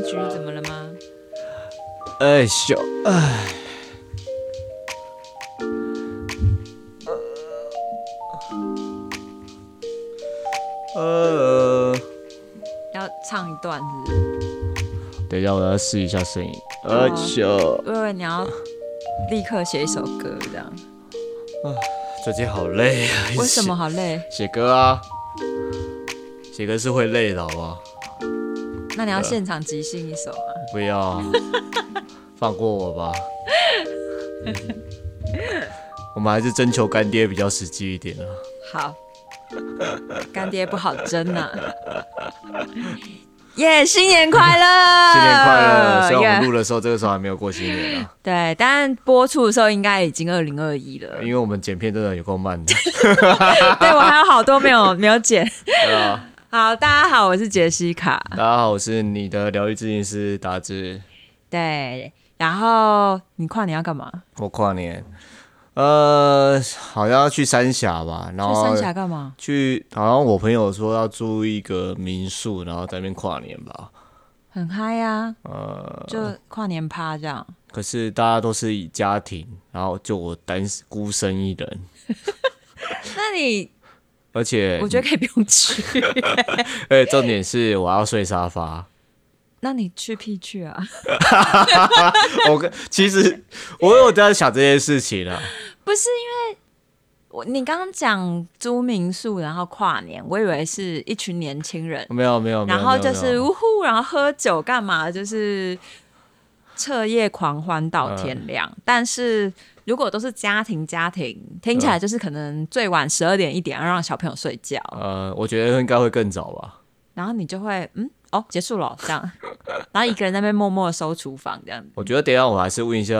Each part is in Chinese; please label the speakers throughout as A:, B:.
A: 局怎么了吗？
B: 哎咻，哎。呃，
A: 要唱一段是不是？
B: 等一下，我要试一下声音。哎咻，
A: 我以为你要立刻写一首歌这样，
B: 最近好累啊！一直
A: 为什么好累？
B: 写歌啊？写歌是会累的，好不好？
A: 那你要现场即兴一首啊？
B: 不要， 放过我吧。我们还是征求干爹比较实际一点啊。
A: 好，干爹不好争呐、 耶、新年快乐！
B: 新年快乐！虽然我
A: 啊 Yeah
B: 们录的时候，这个时候还没有过新年啊，
A: 对，但播出的时候应该已经二零二一了。
B: 因为我们剪片真的有够慢的。
A: 对我还有好多没有没有剪。
B: 哎对啊，
A: 好，大家好，我是杰西卡。
B: 大家好，我是你的疗愈咨询师达志。
A: 对，然后你跨年要干嘛？
B: 我跨年，呃，好像要去三峡吧，然
A: 去
B: 后
A: 三峡干嘛？
B: 去，好像我朋友说要租一个民宿，然后在那边跨年吧。
A: 很嗨呀、
B: 呃，
A: 就跨年趴这样。
B: 可是大家都是以家庭，然后就我单孤身一人，
A: 那你
B: 而且
A: 我觉得可以不用去。
B: 而且重点是我要睡沙发。
A: 那你去屁去啊？
B: 我跟其实我有在想这件事情啊，
A: 不是因为我你刚刚讲租民宿，然后跨年，我以为是一群年轻人，
B: 没有没有，没有
A: 然后就
B: 嗯没有没
A: 是
B: 有
A: 呜呼，然后喝酒干嘛？就是彻夜狂欢到天亮。
B: 嗯
A: 但是如果都是家庭家庭，听
B: 嗯
A: 起来就是可能最晚十二点一点要让小朋友睡觉，
B: 呃，我觉得应该会更早吧。
A: 然后你就会嗯哦结束了这样，然后一个人在那边默默地收厨房这样子。
B: 我觉得等一下我还是问一下，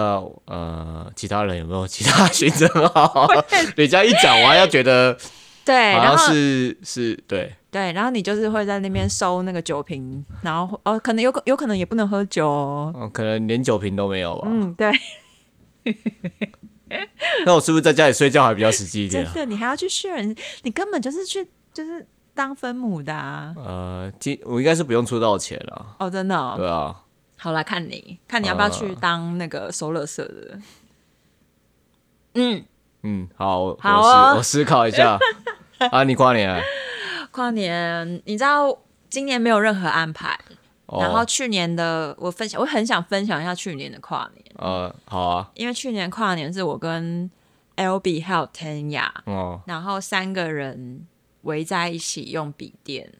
B: 呃，其他人有没有其他行程 好？人家一讲，我还要觉得
A: 对，哎然
B: 好像
A: 后
B: 是是，对，
A: 对，然后你就是会在那边收那个酒瓶，然后哦可能有可有可能也不能喝酒哦。
B: 嗯，可能连酒瓶都没有吧。
A: 嗯，对，
B: 那我是不是在家里睡觉还比较实际一
A: 真
B: 点啊？
A: 的，你还要去 share，你根本就是去就是当分母的啊！
B: 呃，今我应该是不用出到钱了，
A: 哦，真的、哦，
B: 对啊，
A: 好啦，看你看你要不要去
B: 呃
A: 当那个收垃圾的人。嗯，
B: 嗯，好，我
A: 好
B: 我思
A: 哦
B: 我思考 一下。啊，你跨年啊？
A: 跨年你知道今年没有任何安排，
B: 哦
A: 然后去年的我分享，我很想分享一下去年的跨年，
B: 呃，好啊，
A: 因为去年跨年是我跟 L B 还有 Tanya，
B: 哦，
A: 然后三个人围在一起用笔电，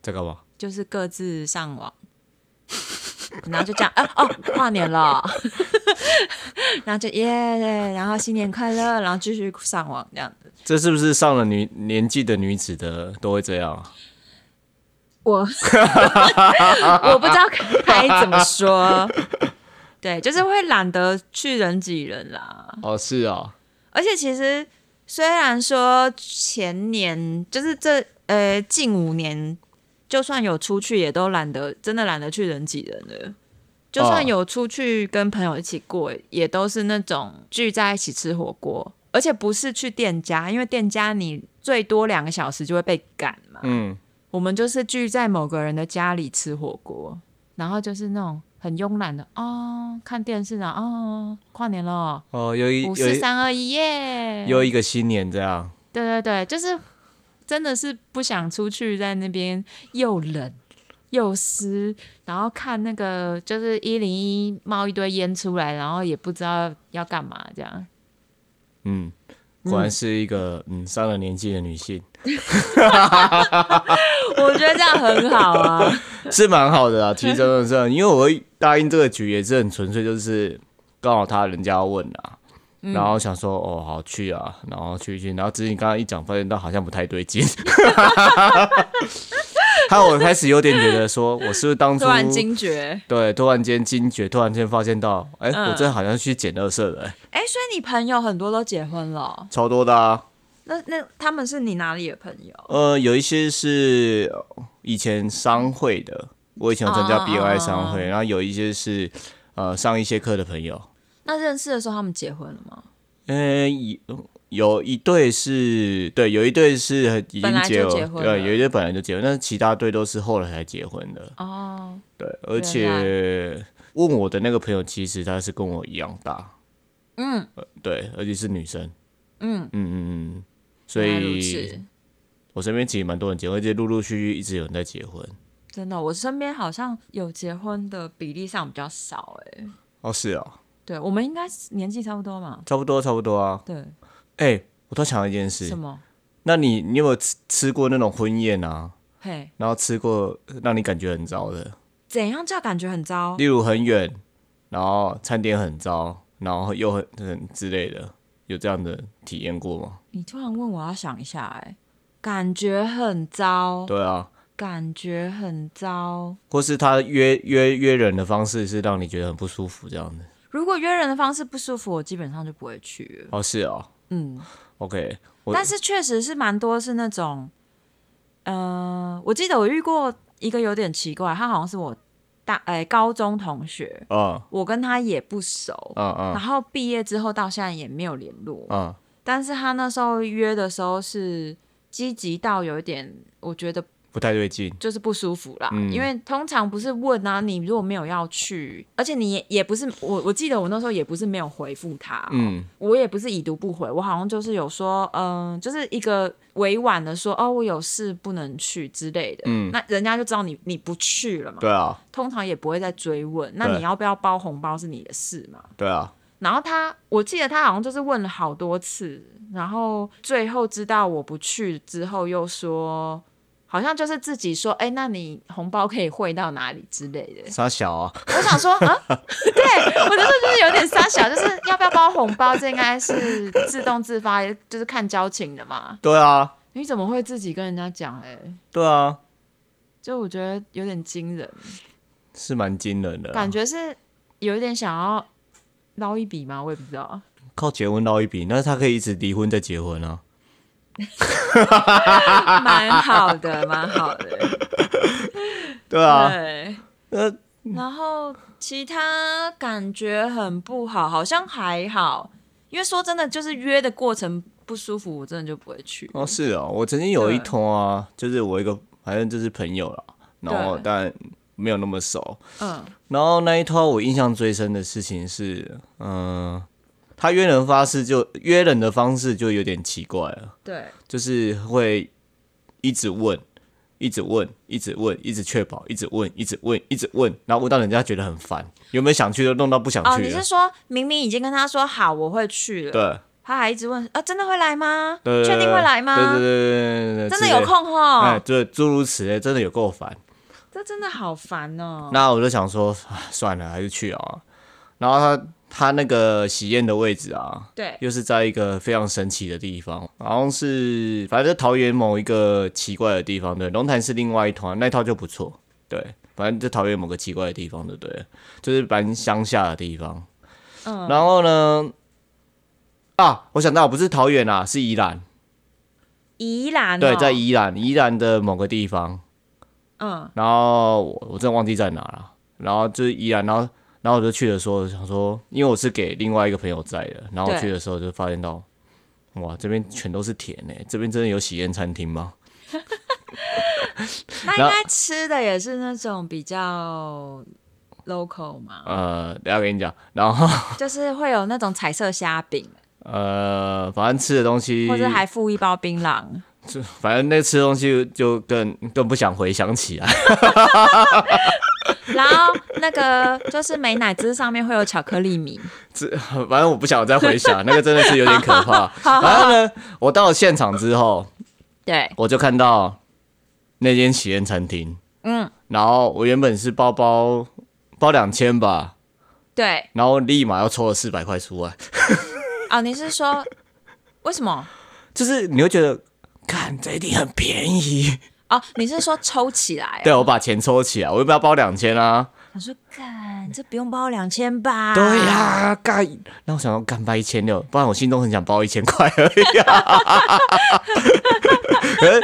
B: 在干嘛？
A: 就是各自上网，然后就这样，啊、哦，跨年了， 然后就耶然后新年快乐，然后继续上网这样子。
B: 这是不是上了女年纪的女子的都会这样啊？
A: 我 我不知道该怎么说，对，就是会懒得去人挤人啦。
B: 哦，是啊，
A: 而且其实虽然说前年就是这呃近五年，就算有出去，也都懒得真的懒得去人挤人了。就算有出去跟朋友一起过，也都是那种聚在一起吃火锅，而且不是去店家，因为店家你最多两个小时就会被赶嘛。
B: 嗯，
A: 我们就是聚在某个人的家里吃火锅，然后就是那种很慵懒的哦，看电视啊，哦，跨年了，
B: 哦，有一
A: 五
B: 有
A: 四
B: 一
A: 三二一耶！
B: 有一个新年这样。
A: 对对对，就是真的是不想出去，在那边又冷又湿，然后看那个就是一零一冒一堆烟出来，然后也不知道要干嘛这样。
B: 嗯，果然是一个嗯上了年纪的女性，
A: 我觉得这样很好 啊。
B: 是蛮好的啊。其实真的是，因为我会答应这个局也是很纯粹，就是刚好他人家要问啊，
A: 嗯
B: 然后想说哦好去啊，然后去一去，然后只是你刚刚一讲，发现到好像不太对劲， 还有我开始有点觉得说，我是不是当初
A: 突然惊觉，
B: 对突然间惊觉，突然间发现到，哎、
A: 嗯
B: 我真的好像去捡垃圾了、哎
A: 哎，所以你朋友很多都结婚了哦、
B: 超多的啊。
A: 那那他们是你哪里的朋友？
B: 呃，有一些是呃以前商会的，我以前有参加
A: 哦
B: BOI 商会，然后有一些是呃上一些课的朋友，
A: 那认识的时候他们结婚了吗？
B: 呃，以有一对是对，有一对是已
A: 本
B: 经
A: 来
B: 结
A: 就
B: 了
A: 结婚了
B: 对，有一对本来就结婚，但是其他对都是后来才结婚的。
A: 哦，
B: 对，而且问我的那个朋友，其实她是跟我一样大，
A: 嗯
B: 呃对，而且是女生，
A: 嗯，
B: 嗯嗯嗯，所
A: 原来如
B: 以
A: 此。
B: 我身边其实蛮多人结婚，而且陆陆续续一直有人在结婚。
A: 真的，我身边好像有结婚的比例上比较少哎、
B: 哦，是啊，
A: 对，我们应该是年纪差不多嘛。
B: 差不多差不多啊。
A: 对，
B: 哎、我突然想到一件事
A: 什，么？
B: 那你你有没有吃吃过那种婚宴啊？
A: 嘿，
B: 然后吃过让你感觉很糟的，
A: 怎样叫感觉很糟？
B: 例如很远，然后餐点很糟，然后又很很之类的，有这样的体验过吗？
A: 你突然问我要想一下哎、感觉很糟，
B: 对啊，
A: 感觉很糟。
B: 或是他约约约人的方式是让你觉得很不舒服这样的。
A: 如果约人的方式不舒服，我基本上就不会去了。
B: 哦，是哦
A: 嗯，
B: ，OK，我
A: 但是确实是蛮多是那种，呃，我记得我遇过一个有点奇怪，他好像是我大哎、高中同学，
B: 嗯
A: 我跟他也不熟，
B: 嗯嗯
A: 然后毕业之后到现在也没有联络。
B: 嗯，
A: 但是他那时候约的时候是积极到有一点，我觉得
B: 不太对劲。
A: 就是不舒服啦。
B: 嗯
A: 因为通常不是问啊，你如果没有要去，而且你也也不是我，我记得我那时候也不是没有回复他哦、
B: 嗯
A: 我也不是已读不回，我好像就是有说，嗯，就是一个委婉的说，哦，我有事不能去之类的。
B: 嗯，
A: 那人家就知道你你不去了嘛，
B: 对啊
A: 通常也不会再追问。那
B: 对
A: 你要不要包红包是你的事嘛？
B: 对啊，
A: 然后他，我记得他好像就是问了好多次，然后最后知道我不去之后，又说好像就是自己说，哎，那你红包可以汇到哪里之类的。
B: 傻小啊，
A: 我想说啊，对我那时候就是有点傻小，就是要不要包红包，这应该是自动自发，就是看交情的嘛。
B: 对啊
A: 你怎么会自己跟人家讲？哎，
B: 对啊，
A: 就我觉得有点惊人，
B: 是蛮惊人的啊，
A: 感觉是有一点想要捞一笔嘛，我也不知道。
B: 靠结婚捞一笔，但是他可以一直离婚再结婚啊。
A: 蛮好的，蛮好的。
B: 对啊，
A: 对，
B: 呃，
A: 然后其他感觉很不好，好像还好，因为说真的，就是约的过程不舒服，我真的就不会去。
B: 哦，是哦，我曾经有一
A: 对
B: 通啊，就是我一个反正就是朋友啦，然后
A: 对
B: 但没有那么熟。
A: 嗯，
B: 然后那一通我印象最深的事情是，嗯、他约人方式就约人的方式就有点奇怪了，
A: 对，
B: 就是会一直问，一直问，一直问，一直确保，一直问，一直问，一直问，然后问到人家觉得很烦，有没有想去都弄到不想
A: 哦，
B: 去
A: 你
B: 了。
A: 是说明明已经跟他说好我会去了，
B: 对
A: 他还一直问啊，真的会来吗？
B: 对对，
A: 确定会来吗？
B: 对对对对对对，
A: 真的有
B: 空。
A: 空
B: 哎，
A: 哦，
B: 对，诸如此类，真的有够烦。
A: 这真的好烦哦。
B: 那我就想说，唉算了，还是去啊。然后他他那个喜宴的位置啊，
A: 对，
B: 又是在一个非常神奇的地方，好像是反正就桃园某一个奇怪的地方，对，龙潭是另外一团，那一套就不错，对，反正就桃园某个奇怪的地方，对不对？就是蛮乡下的地方。
A: 嗯
B: 然后呢，啊，我想到不是桃园啊，是宜兰，
A: 宜兰、哦、
B: 对，在宜兰，宜兰的某个地方。
A: 嗯
B: 然后我我真的忘记在哪了，然后就是依然，然后然后我就去的时候想说，因为我是给另外一个朋友在的，然后我
A: 对
B: 去的时候就发现到，哇，这边全都是田诶、这边真的有喜宴餐厅吗？
A: 那应该吃的也是那种比较 local 嘛，
B: 呃，等一下跟你讲，然后
A: 就是会有那种彩色虾饼，
B: 呃，反正吃的东西
A: 或，者还附一包槟榔。
B: 就反正那吃的东西就更更不想回想起来，
A: 然后那个就是美乃滋上面会有巧克力米，
B: 这反正我不想再回想，那个真的是有点可 怕。然后呢，我到了现场之后，
A: 对，
B: 我就看到那间喜宴餐厅。
A: 嗯，
B: 然后我原本是包包包两千吧，
A: 对，
B: 然后立马又抽了四百块出来，
A: 哦，你是说为什么？
B: 就是你会觉得，看这一定很便宜。
A: 哦，你是说抽起来啊？
B: 对我把钱抽起来，我又不要包两千啊，
A: 我说干，这不用包两千吧？
B: 对呀、干，那我想要干掰一千六，不然我心中很想包一千块而已、啊。可是，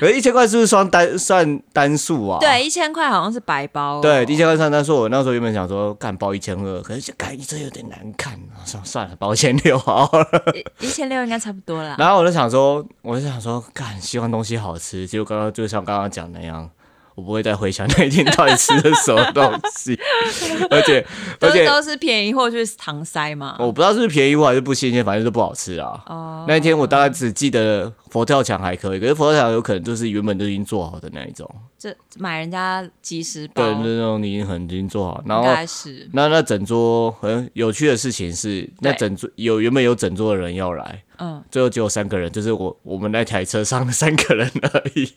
B: 可是一千块是不是算单算单数啊？
A: 对，一千块好像是白包、哦。
B: 对，一千块算单数。我那时候原本想说干包一千二，可是就干这有点难看，啊算算了，包一千六好了。
A: 一千六应该差不多啦。
B: 然后我就想说，我就想说，干，希望东西好吃。结果刚刚就像刚刚讲那样，我不会再回想那一天到底吃的什么东西， 而且
A: 都
B: 而且哦
A: 都是便宜货去搪塞嘛。
B: 我不知道是不是便宜货还是不新鲜，反正都不好吃啊。
A: 哦
B: 那一天我大概只记得佛跳墙还可以，可是佛跳墙有可能就是原本就已经做好的那一种，
A: 这买人家即食包，
B: 对，就是那种已经很已经做好。然
A: 应
B: 后
A: 该是
B: 那那整桌很有趣的事情是，那整桌有原本有整桌的人要来，
A: 嗯，
B: 最后只有三个人，就是我我们那台车上的三个人而已。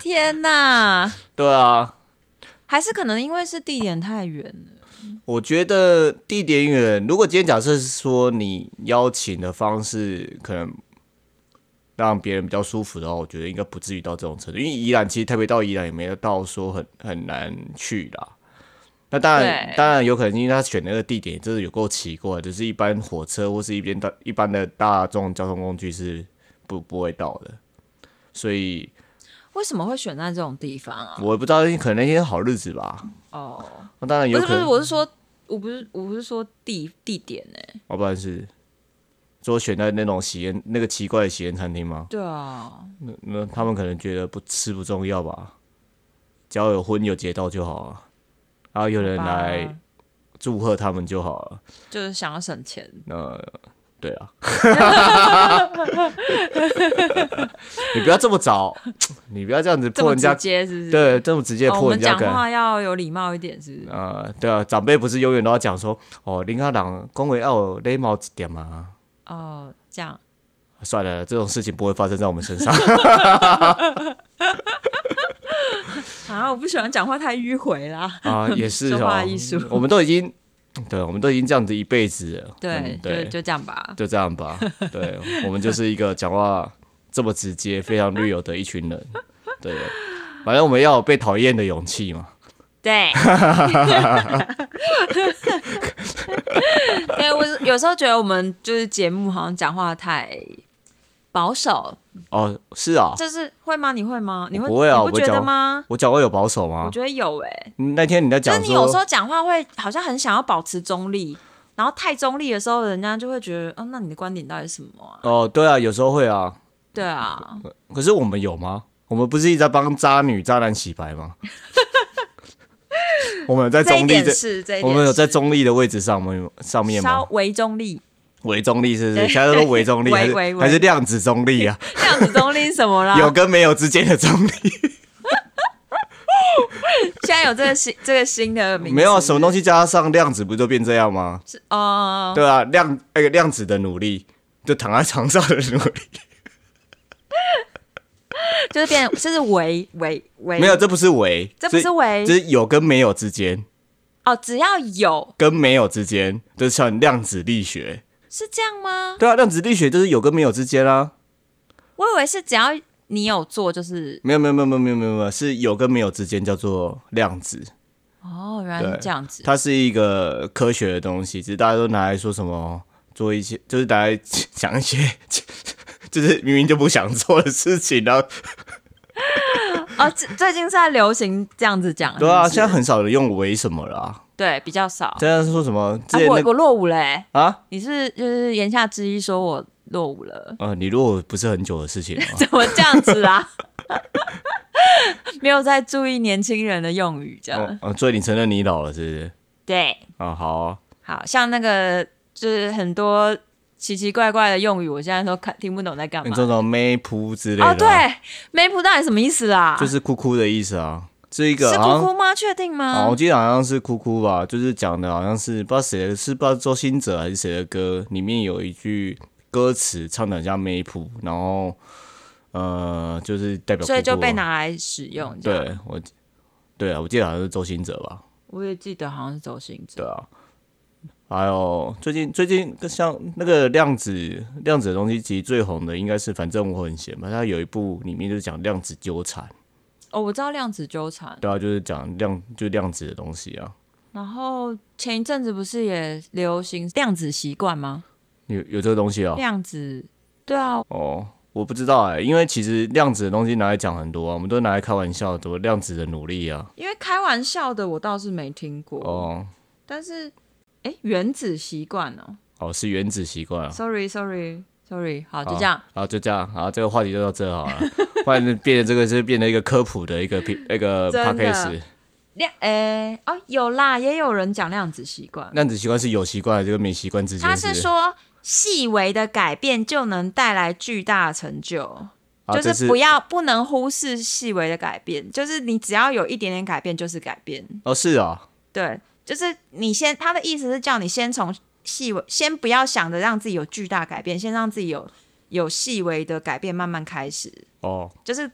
A: 天哪，
B: 对啊，
A: 还是可能因为是地点太远了，
B: 我觉得地点远，如果今天假设是说你邀请的方式可能让别人比较舒服的话，我觉得应该不至于到这种程度。因为宜兰其实台北到宜兰也没到说很很难去啦。那当然，
A: 对
B: 当然有可能，因为他选那个地点真的有够奇怪，就是一般火车或是一边大一般的大众交通工具是不不会到的，所以
A: 为什么会选在这种地方啊？
B: 我也不知道，可能那些好日子吧。
A: 哦，
B: 那当然
A: 不
B: 有
A: 是
B: 可
A: 不是，
B: 能，
A: 我是说，我不是我不是说地地点哎、
B: 哦，不然是说选在那种喜宴那个奇怪的喜宴餐厅吗？
A: 对啊，
B: 那那他们可能觉得不吃不重要吧，只要有婚有节到就好啊，然后有人
A: 好吧
B: 来祝贺他们就好了。
A: 就是想要省钱，
B: 那 对啊，你不要这么早，你不要这样子
A: 这
B: 破
A: 么
B: 人家
A: 直，接是不是？
B: 对，这么直接
A: 哦，我
B: 破人
A: 们
B: 家
A: 讲
B: 梗。
A: 话要有礼貌一点，是不是？
B: 呃，对啊，长辈不是永远都要讲说，哦，林阿郎恭维要礼貌一点嘛。
A: 哦，这样
B: 算了，这种事情不会发生在我们身上。
A: 啊，我不喜欢讲话太迂回啦。
B: 啊，也是
A: 说
B: 哦
A: 话艺术，
B: 我们都已经，对，我们都已经这样子一辈子了。
A: 对
B: 嗯，
A: 就
B: 对，
A: 就这样吧。
B: 就这 样吧。对，我们就是一个讲话这么直接、非常 real 的一 群人。对，反正我们要有被讨厌的勇气嘛。
A: 对， 对我是有时候觉得我们就是节目好像讲话太保守，
B: 哦，是啊，
A: 就是会吗？你会吗？你会
B: 不会啊
A: 你
B: 我不
A: 觉得
B: 讲
A: 吗？
B: 我讲话有保守吗
A: 我？觉得有哎、
B: 嗯那天你在
A: 就是
B: 讲
A: 你有时
B: 说，
A: 候讲话会好像很想要保持中立，然后太中立的时候，人家就会觉得，哦，那你的观点到底是什么啊？
B: 哦，对啊，有时候会啊。
A: 对啊，
B: 可是我们有吗？我们不是一直在帮渣女、渣男洗 白吗？我们有在
A: 这一
B: 中立
A: 点
B: 的，
A: 是这一
B: 我
A: 点
B: 们有
A: 是
B: 在中立的位置上面上面吗
A: 稍？微中立，
B: 伪中立是不是？
A: 对
B: 现在都说伪 中立，
A: 伪
B: 还是
A: 伪伪
B: 还是量子中立 啊？
A: 这样子中立是什么啦？
B: 有跟没有之间的中 立，
A: 现在有这个新这个新的名词，
B: 没有啊什么东西加上量子，不就变这样吗？
A: 是哦，
B: 对啊，量那个量子的努力，就躺在床上的 努力，
A: 就是变这是为为为
B: 没有，这不是伪，
A: 这不是伪
B: 这是有跟没有之间，
A: 哦，只要有
B: 跟没有之间，就是像量子力学。
A: 是这样吗？
B: 对啊，量子力学就是有跟没有之间啊。
A: 我以为是只要你有做就是
B: 没有没有没有没有没有没有没有，是有跟没有之间叫做量子。
A: 哦，原来
B: 对
A: 是这样子，
B: 它是一个科学的东西，只是大家都拿来说什么做一些，就是拿来讲一些， 就是明明就不想做的事情，然后
A: 哦，最最近是在流行这样子讲，
B: 对啊，
A: 嗯是
B: 现
A: 不
B: 在
A: 是
B: 很少人用为什么了啊，
A: 对比较少。
B: 现在是说什么之
A: 啊
B: 前
A: 我
B: 那个
A: 我落伍了欸，
B: 啊，，
A: 你是就是言下之意说我落伍了
B: 呃，你如果不是很久的事情啊
A: 怎么这样子啊？ 没有在注意年轻人的用语，这样、
B: 哦，哦，所以你承认你老了是不是？
A: 对。
B: 啊，好啊
A: 好像那个就是很多奇奇怪怪的用语，我现在都看听不懂在干
B: 你
A: 嘛。
B: 说什么妹扑之类的啊，
A: 哦，对，梅普到底什么意思啊？
B: 就是哭哭的意思啊，是一个
A: 是
B: 好像
A: 哭哭吗？确定
B: 啊，
A: 吗
B: 我？记得好像是哭哭吧，就是讲的好像是不知道谁的，是不知道周兴哲还是谁的歌，里面有一句歌词唱的像梅普，然后呃，就是代表哭哭啊
A: 所以就被拿来使用。这样，
B: 对我，对啊，我记得好像是周兴哲吧，
A: 我也记得好像是周星
B: 对
A: 哲。
B: 啊，还有最近最近像那个量子量子的东西，其实最红的应该是《反正我很闲》嘛，它有一部里面就是讲量子纠缠，
A: 哦，我知道量子纠缠。
B: 对啊，就是讲量就量子的东西啊。
A: 然后前一阵子不是也流行量子习惯吗？
B: 有有这个东西啊？
A: 量子，对啊，
B: 哦，我不知道哎、因为其实量子的东西拿来讲很多啊，我们都拿来开玩笑，怎么量子的努力啊？
A: 因为开玩笑的我倒是没听过，
B: 哦
A: 但是哎，诶原子习惯哦
B: 哦，啊是原子习惯啊。
A: ，sorry sorry sorry，好，就这样。
B: 好，就这样，好，这个话题就到这好了， 不然变得这个是变得一个科普的一个频那个
A: 真的
B: podcast。
A: 量诶、哦，有啦，也有人讲量子习惯，
B: 量子习惯是有习惯还是跟没习惯之间？
A: 他是说细微的改变就能带来巨大的成就，
B: 啊，
A: 就
B: 这
A: 是不要不能忽视细微的改变，就是你只要有一点点改变就是改变，
B: 哦，是啊，
A: 对，就是你先他的意思是叫你先从细微，先不要想着让自己有巨大改变，先让自己有有细微的改变，慢慢开始，
B: 哦，
A: 就是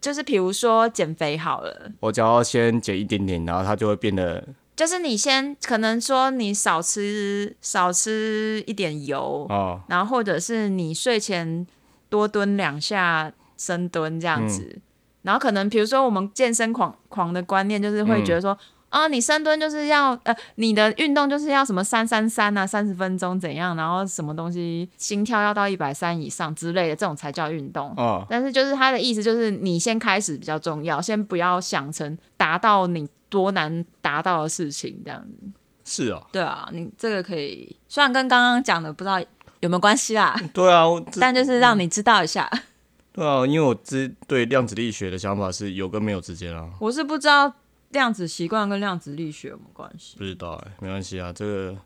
A: 就是比如说减肥好了，
B: 我只要先减一点点，然后它就会变得
A: 就是你先可能说你少吃少吃一点油，
B: 哦，
A: 然后或者是你睡前多蹲两下深蹲这样子，然后可能比如说我们健身狂狂的观念就是会觉得说，啊，你深蹲就是要呃，你的运动就是要什么三三三啊，三十分钟怎样，然后什么东西心跳要到一百三以上之类的，这种才叫运动。
B: 哦，
A: 但是就是他的意思就是你先开始比较重要，先不要想成达到你多难达到的事情这样子。
B: 是啊，
A: 对啊，你这个可以，虽然跟刚刚讲的不知道有没有关系啦，
B: 对啊，我这
A: 但就是让你知道一下。
B: 对啊，因为我之对量子力学的想法是有跟没有之间啊，
A: 我是不知道量子习惯跟量子力学有没有关系。
B: 不知道哎、没关系啊，这个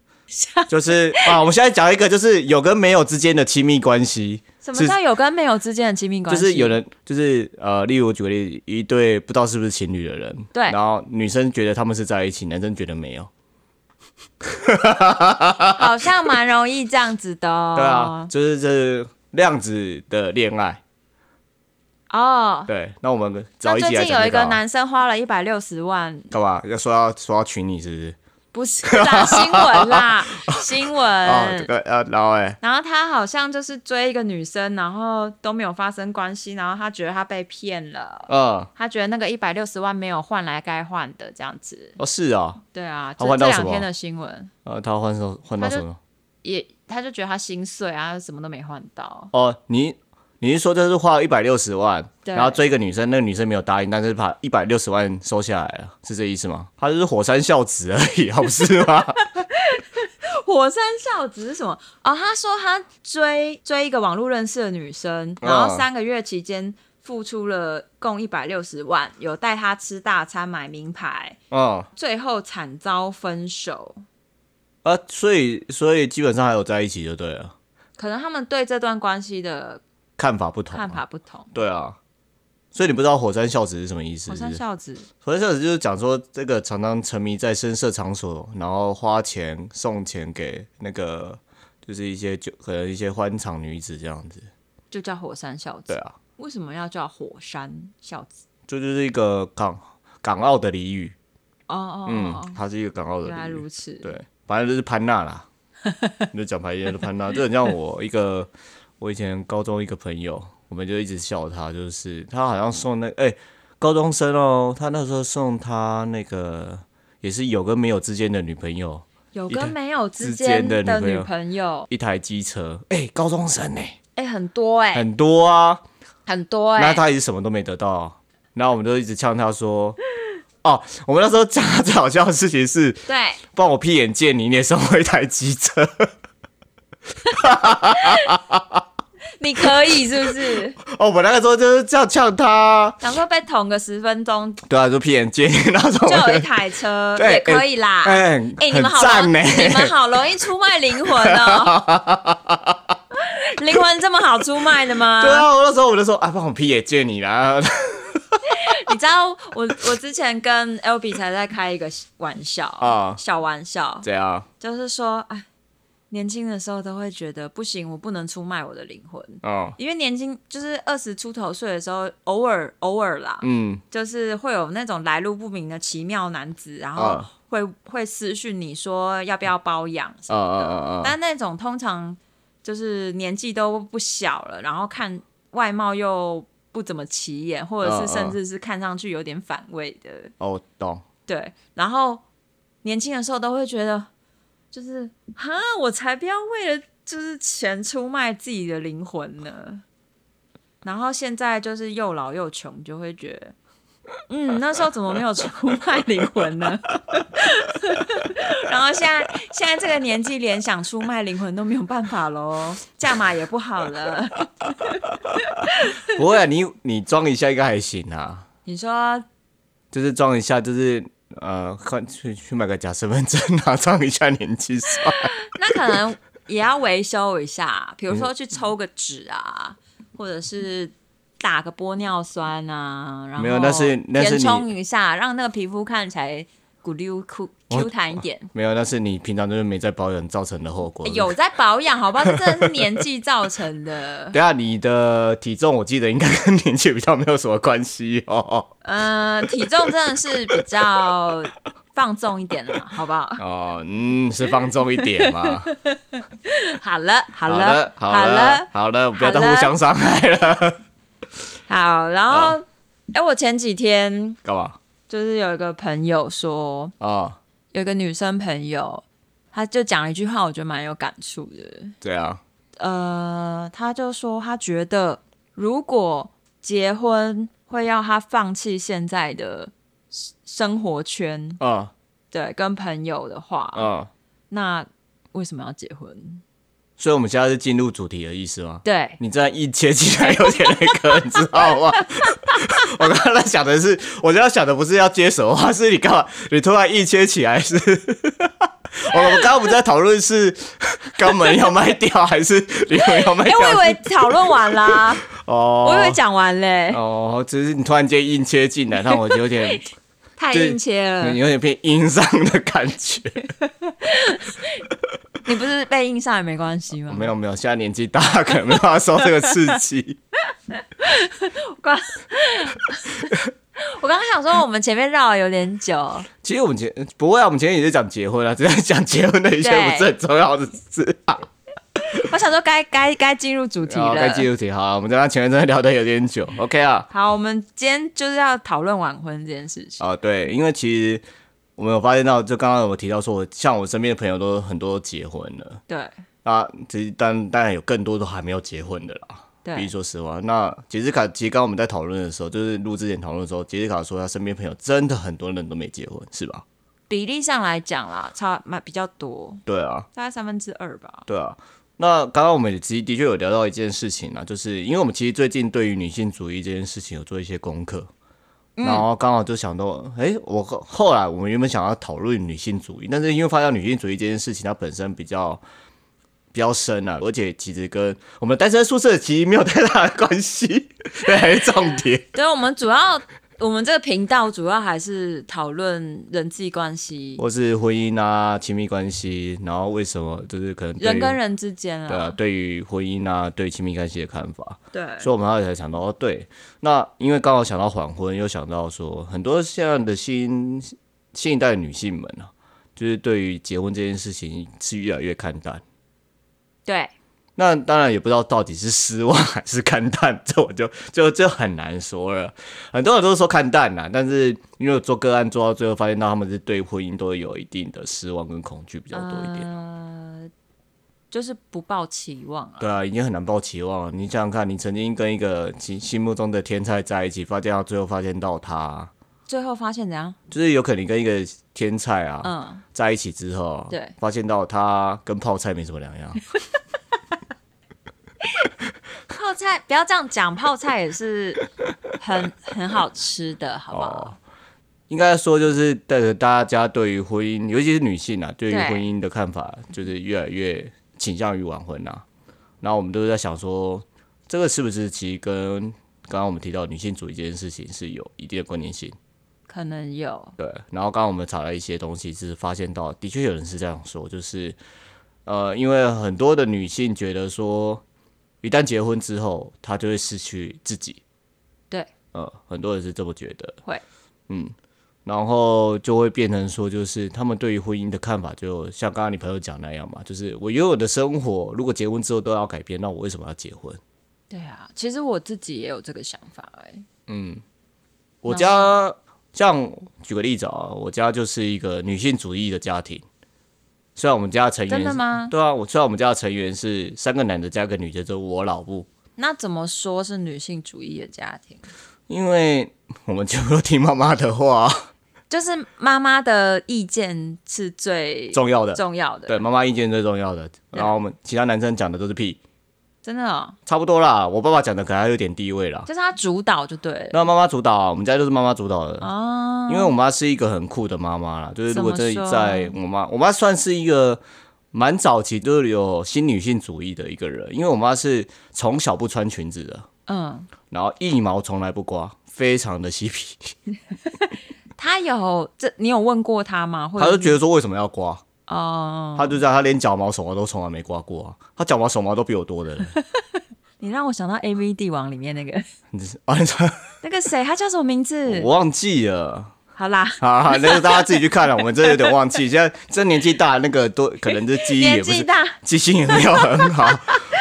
B: 就是啊，我们现在讲一个就是有跟没有之间的亲密关系，
A: 什么叫有跟没有之间的亲密关
B: 就
A: 系？
B: 是有人就是呃，例如我举个例子，一对不知道是不是情侣的人，
A: 对哦
B: 然后女生觉得他们是在一起，男生觉得没有，
A: 好像蛮容易这样子的、哦。
B: 对啊，，就是这是量子的恋爱，
A: 哦，
B: 对，那我们找
A: 那
B: 一
A: 最
B: 集来
A: 近
B: 讲
A: 有一
B: 这个
A: 个
B: 啊好了
A: 男生花了一百六十万，
B: 干嘛要说要说要娶你是不是？
A: 不 是啦新闻啦，新闻。
B: 啊，这个呃，然后哎，
A: 然后他好像就是追一个女生，然后都没有发生关系，然后他觉得他被骗了，
B: 嗯，
A: 他觉得那个一百六十万没有换来该换的这样子。
B: 哦是啊，
A: 对啊，
B: 他
A: 这
B: 换到
A: 这
B: 什
A: 两
B: 么
A: 天的新闻。
B: 呃，他换手换到
A: 他
B: 什
A: 就
B: 么？
A: 也他就觉得他心碎啊，什么都没换到。
B: 哦，你你是说这是花了一百六十万，
A: 对
B: 然后追一个女生，那个女生没有答应，但是把一百六十万收下来了，是这意思吗？他就是火山孝子而已，好不是吗？
A: 火山孝子是什么？哦，他说他追追一个网络认识的女生，
B: 嗯
A: 然后三个月期间付出了共一百六十万，有带她吃大餐、买名牌，
B: 嗯，
A: 最后惨遭分手。
B: 啊，所以所以基本上还有在一起就对了，
A: 可能他们对这段关系的
B: 看法不同、
A: 看，法不同。
B: 对啊。所以你不知道火山孝子是什么意思？
A: 火
B: 是不
A: 山
B: 是
A: 孝子
B: 火山孝子就是讲说，这个常常沉迷在深色场所，然后花钱送钱给那个，就是一些就可能一些欢场女子这样子。
A: 就叫火山孝
B: 对
A: 子，
B: 啊，
A: 为什么要叫火山孝子？
B: 这就是一个港港澳的俚语。
A: 哦哦
B: 嗯
A: 哦，哦，
B: 它是一个港澳的
A: 原来
B: 俚语
A: 如此。
B: 对，反正就是潘娜啦。 你就讲白一点就是潘娜，这很像我一个我以前高中一个朋友，我们就一直笑他，就是他好像送那哎、高中生哦，他那时候送他那个也是有跟没有之间的女朋友
A: 有
B: 一个
A: 跟没有之
B: 之间
A: 间
B: 的
A: 的女
B: 女朋友
A: 朋友，
B: 一台机车，哎、高中生呢、
A: 哎、很多哎、
B: 很多啊，
A: 很多哎、
B: 那他也是什么都没得到啊，然后我们就一直呛他说。哦，我们那时候讲最好笑的事情是，
A: 对，
B: 帮我屁眼借你，你也送我一台机车。
A: 你可以是不是？
B: 哦，我那个时候就是这样呛他啊，
A: 想说被捅个十分钟
B: 对啊，就屁眼界那种
A: 就有一
B: 的，
A: 台车，
B: 对
A: 也可以啦。哎、
B: 哎、
A: 你
B: 很
A: 们好
B: 赞欸
A: 容
B: 呢、
A: 你们好容易出卖灵魂哦， 灵魂这么好出卖的吗？
B: 对啊，我那时候我就说啊，帮我屁眼借你啦，
A: 你知道我我之前跟 L B 才在开一个玩笑
B: 啊
A: 小玩笑，
B: 这样
A: 就是说，哎，年轻的时候都会觉得不行，我不能出卖我的灵魂。
B: 哦，
A: 因为年轻就是二十出头岁的时候，偶尔偶尔啦，
B: 嗯，
A: 就是会有那种来路不明的奇妙男子，然后
B: 啊
A: 会、会私讯你说要不要包养什
B: 啊
A: 么
B: 啊
A: 的。
B: 啊啊，
A: 但那种通常就是年纪都不小了，然后看外貌又不怎么起眼，或
B: 啊
A: 者是甚至是看上去有点反胃的。
B: 哦，懂，
A: 对，然后年轻的时候都会觉得，就是哈，我才不要为了就是钱出卖自己的灵魂呢。然后现在就是又老又穷，就会觉得，嗯，那时候怎么没有出卖灵魂呢？ 然后现在现在这个年纪，连想出卖灵魂都没有办法喽，价码也不好了。
B: 不会啊，你你装一下应该还行啊，
A: 你说
B: 就是装一下，就是呃，看去去买个假身份证啊，装一下年纪算。
A: 那可能也要维修一 下，比如说去抽个脂啊，或者是打个玻尿酸啊，然后
B: 没有那是那是
A: 填
B: 你
A: 充一下，让那个皮肤看起来骨溜 Q Q 弹一点。
B: 没有，那是你平常就是没在保养造成的后果。对不对
A: 有在保养，好吧？这真的是年纪造成的。
B: 等一下你的体重，我记得应该跟年纪比较没有什么关系哦。
A: 呃，体重真的是比较放纵一点了，好不好？
B: 哦，嗯，是放纵一点嘛。
A: 好了，好
B: 好
A: 了
B: 了，，
A: 好
B: 好
A: 了
B: 了，，好了，不要
A: 好
B: 再
A: 了
B: 互相伤害了。
A: 好。然后，哎、我前几天
B: 干嘛？
A: 就是有一个朋友说，
B: 哦，
A: 有一个女生朋友，她就讲了一句话，我觉得蛮有感触的。
B: 对啊，
A: 呃，她就说她觉得，如果结婚会要她放弃现在的生生活圈，
B: 嗯
A: 对，跟朋友的话，
B: 嗯，
A: 那为什么要结婚？
B: 所以我们现在是进入主题的意思吗？
A: 对，
B: 你这样一接起来有点那个，你知道吗？ 我刚刚在想的是，我刚刚想的不是要接什么话，是你干嘛？你突然一切起来是？ 我们刚刚不是在讨论是肛门要卖掉还是灵魂要卖
A: 哎、
B: 掉？
A: 我以为讨论完啦，
B: 哦，
A: 我以为讲完嘞，
B: 哦，只是你突然间硬切进来，让我有点
A: 太
B: 对
A: 硬切了。
B: 有点变阴伤的感觉。
A: 你不是被硬上也没关系吗？
B: 没有没有，现在年纪大，可能没办法受这个刺激。
A: 我刚刚想说，我们前面绕了有点久，
B: 其实我们前不会啊，我们前天也是讲结婚啊，只是讲结婚的一些
A: 对
B: 不是很重要的事啊。
A: 我想说该该该进入主题
B: 好，
A: 了。
B: 哦该进入题好了，我们刚刚前面真的聊的有 点久，OK 啊？
A: 好，我们今天就是要讨论晚婚这件事情。
B: 啊，对，因为其实我们有发现到，就刚刚有提到说，我像我身边的朋友都很多都结婚了
A: 对
B: 啊，其实但当然有更多都还没有结婚的啦。必须
A: 对，
B: 说实话，那杰斯卡其实刚刚我们在讨论的时候，就是录之前讨论的时候，杰斯卡说他身边朋友真的很多人都没结婚，是吧？
A: 比例上来讲啦，差蛮比较多，
B: 对啊，
A: 大概三分之二吧。
B: 对啊。那刚刚我们也其实的确有聊到一件事情啊，就是因为我们其实最近对于女性主义这件事情有做一些功课，然后刚好就想到，诶，我后后来我们原本想要讨论女性主义，但是因为发现女性主义这件事情它本身比较比较深啊，而且其实跟我们单身宿舍其实没有太大的关系， 对，还是重点。
A: 对，我们主要我们这个频道主要还是讨论人际关系，
B: 或是婚姻啊、亲密关系，然后为什么就是可能对于
A: 人跟人之间
B: 对啊，
A: 啊，
B: 对于婚姻啊、对亲密关系的看法，
A: 对
B: 所以我们后来才想到哦，对，那因为刚好想到缓婚，又想到说很多现在的新新一代的女性们啊，就是对于结婚这件事情是越来越看淡。
A: 对，
B: 那当然也不知道到底是失望还是看淡，这我就 就就很难说了。很多人都说看淡啦，但是因为我做个案做到最后，发现到他们是对婚姻都有一定的失望跟恐惧比较多一点。
A: 呃，就是不抱期望啊。
B: 对啊，已经很难抱期望了。你想想看，你曾经跟一个心心目中的天才在一起，发现到最后发现到他，
A: 最后发现怎样？
B: 就是有可能你跟一个天才啊、
A: 嗯，
B: 在一起之后，
A: 对，
B: 发现到他跟泡菜没什么两样。
A: 泡菜不要这样讲，泡菜也是很很好吃的，好不好？
B: 哦应该说就是带着大家对于婚姻，尤其是女性啊，对于
A: 对
B: 婚姻的看法，就是越来越倾向于晚婚啊。然后我们都在想说，这个是不是其实跟刚刚我们提到女性主义这件事情是有一定的关联性？
A: 可能有，
B: 对。然后刚刚我们查了一些东西，是发现到的确有人是这样说，就是呃，因为很多的女性觉得说，一旦结婚之后，她就会失去自己。
A: 对，
B: 呃，很多人是这么觉得，
A: 会，
B: 嗯，然后就会变成说，就是他们对于婚姻的看法，就像刚刚你朋友讲那样嘛，就是我拥有的生活，如果结婚之后都要改变，那我为什么要结婚？
A: 对啊，其实我自己也有这个想法哎、
B: 我家像举个例子啊，我家就是一个女性主义的家庭。虽然我们家成员
A: 真的吗
B: 对啊，我虽然我们家的成员是三个男的加一个女的，就是我老部，
A: 那怎么说是女性主义的家庭？
B: 因为我们就都听妈妈的话，
A: 就是妈妈的意见是最
B: 重要的，
A: 重要的，
B: 对妈妈意见最重要的。然后我们其他男生讲的都是屁，
A: 真的哦，
B: 差不多啦。我爸爸讲的可能还有点地位啦。
A: 就是她主导就对了
B: 那妈妈主导、啊，我们家就是妈妈主导的，
A: 哦。
B: 因为我妈是一个很酷的妈妈啦。就是如果这
A: 怎么说
B: 在我妈，我妈算是一个蛮早期就是有新女性主义的一个人，因为我妈是从小不穿裙子的，
A: 嗯，
B: 然后一毛从来不刮，非常的嬉皮。
A: 她有这，你有问过她吗？或
B: 她
A: 者
B: 就是觉得说为什么要刮？
A: 哦，
B: 她就知道她连脚毛、手毛都从来没刮过啊，她脚毛、手毛都比我多的人。
A: 你让我想到 A V 帝王里面那个
B: 你是啊，你知道
A: 那个谁，他叫什么名字
B: 我？忘记了。
A: 好啦，
B: 好好，那个大家自己去看啊了，我们真的有点忘记。现在真年纪大，那个多可能这记忆也
A: 年
B: 不
A: 纪
B: 是
A: 大，
B: 记性也没有很 好。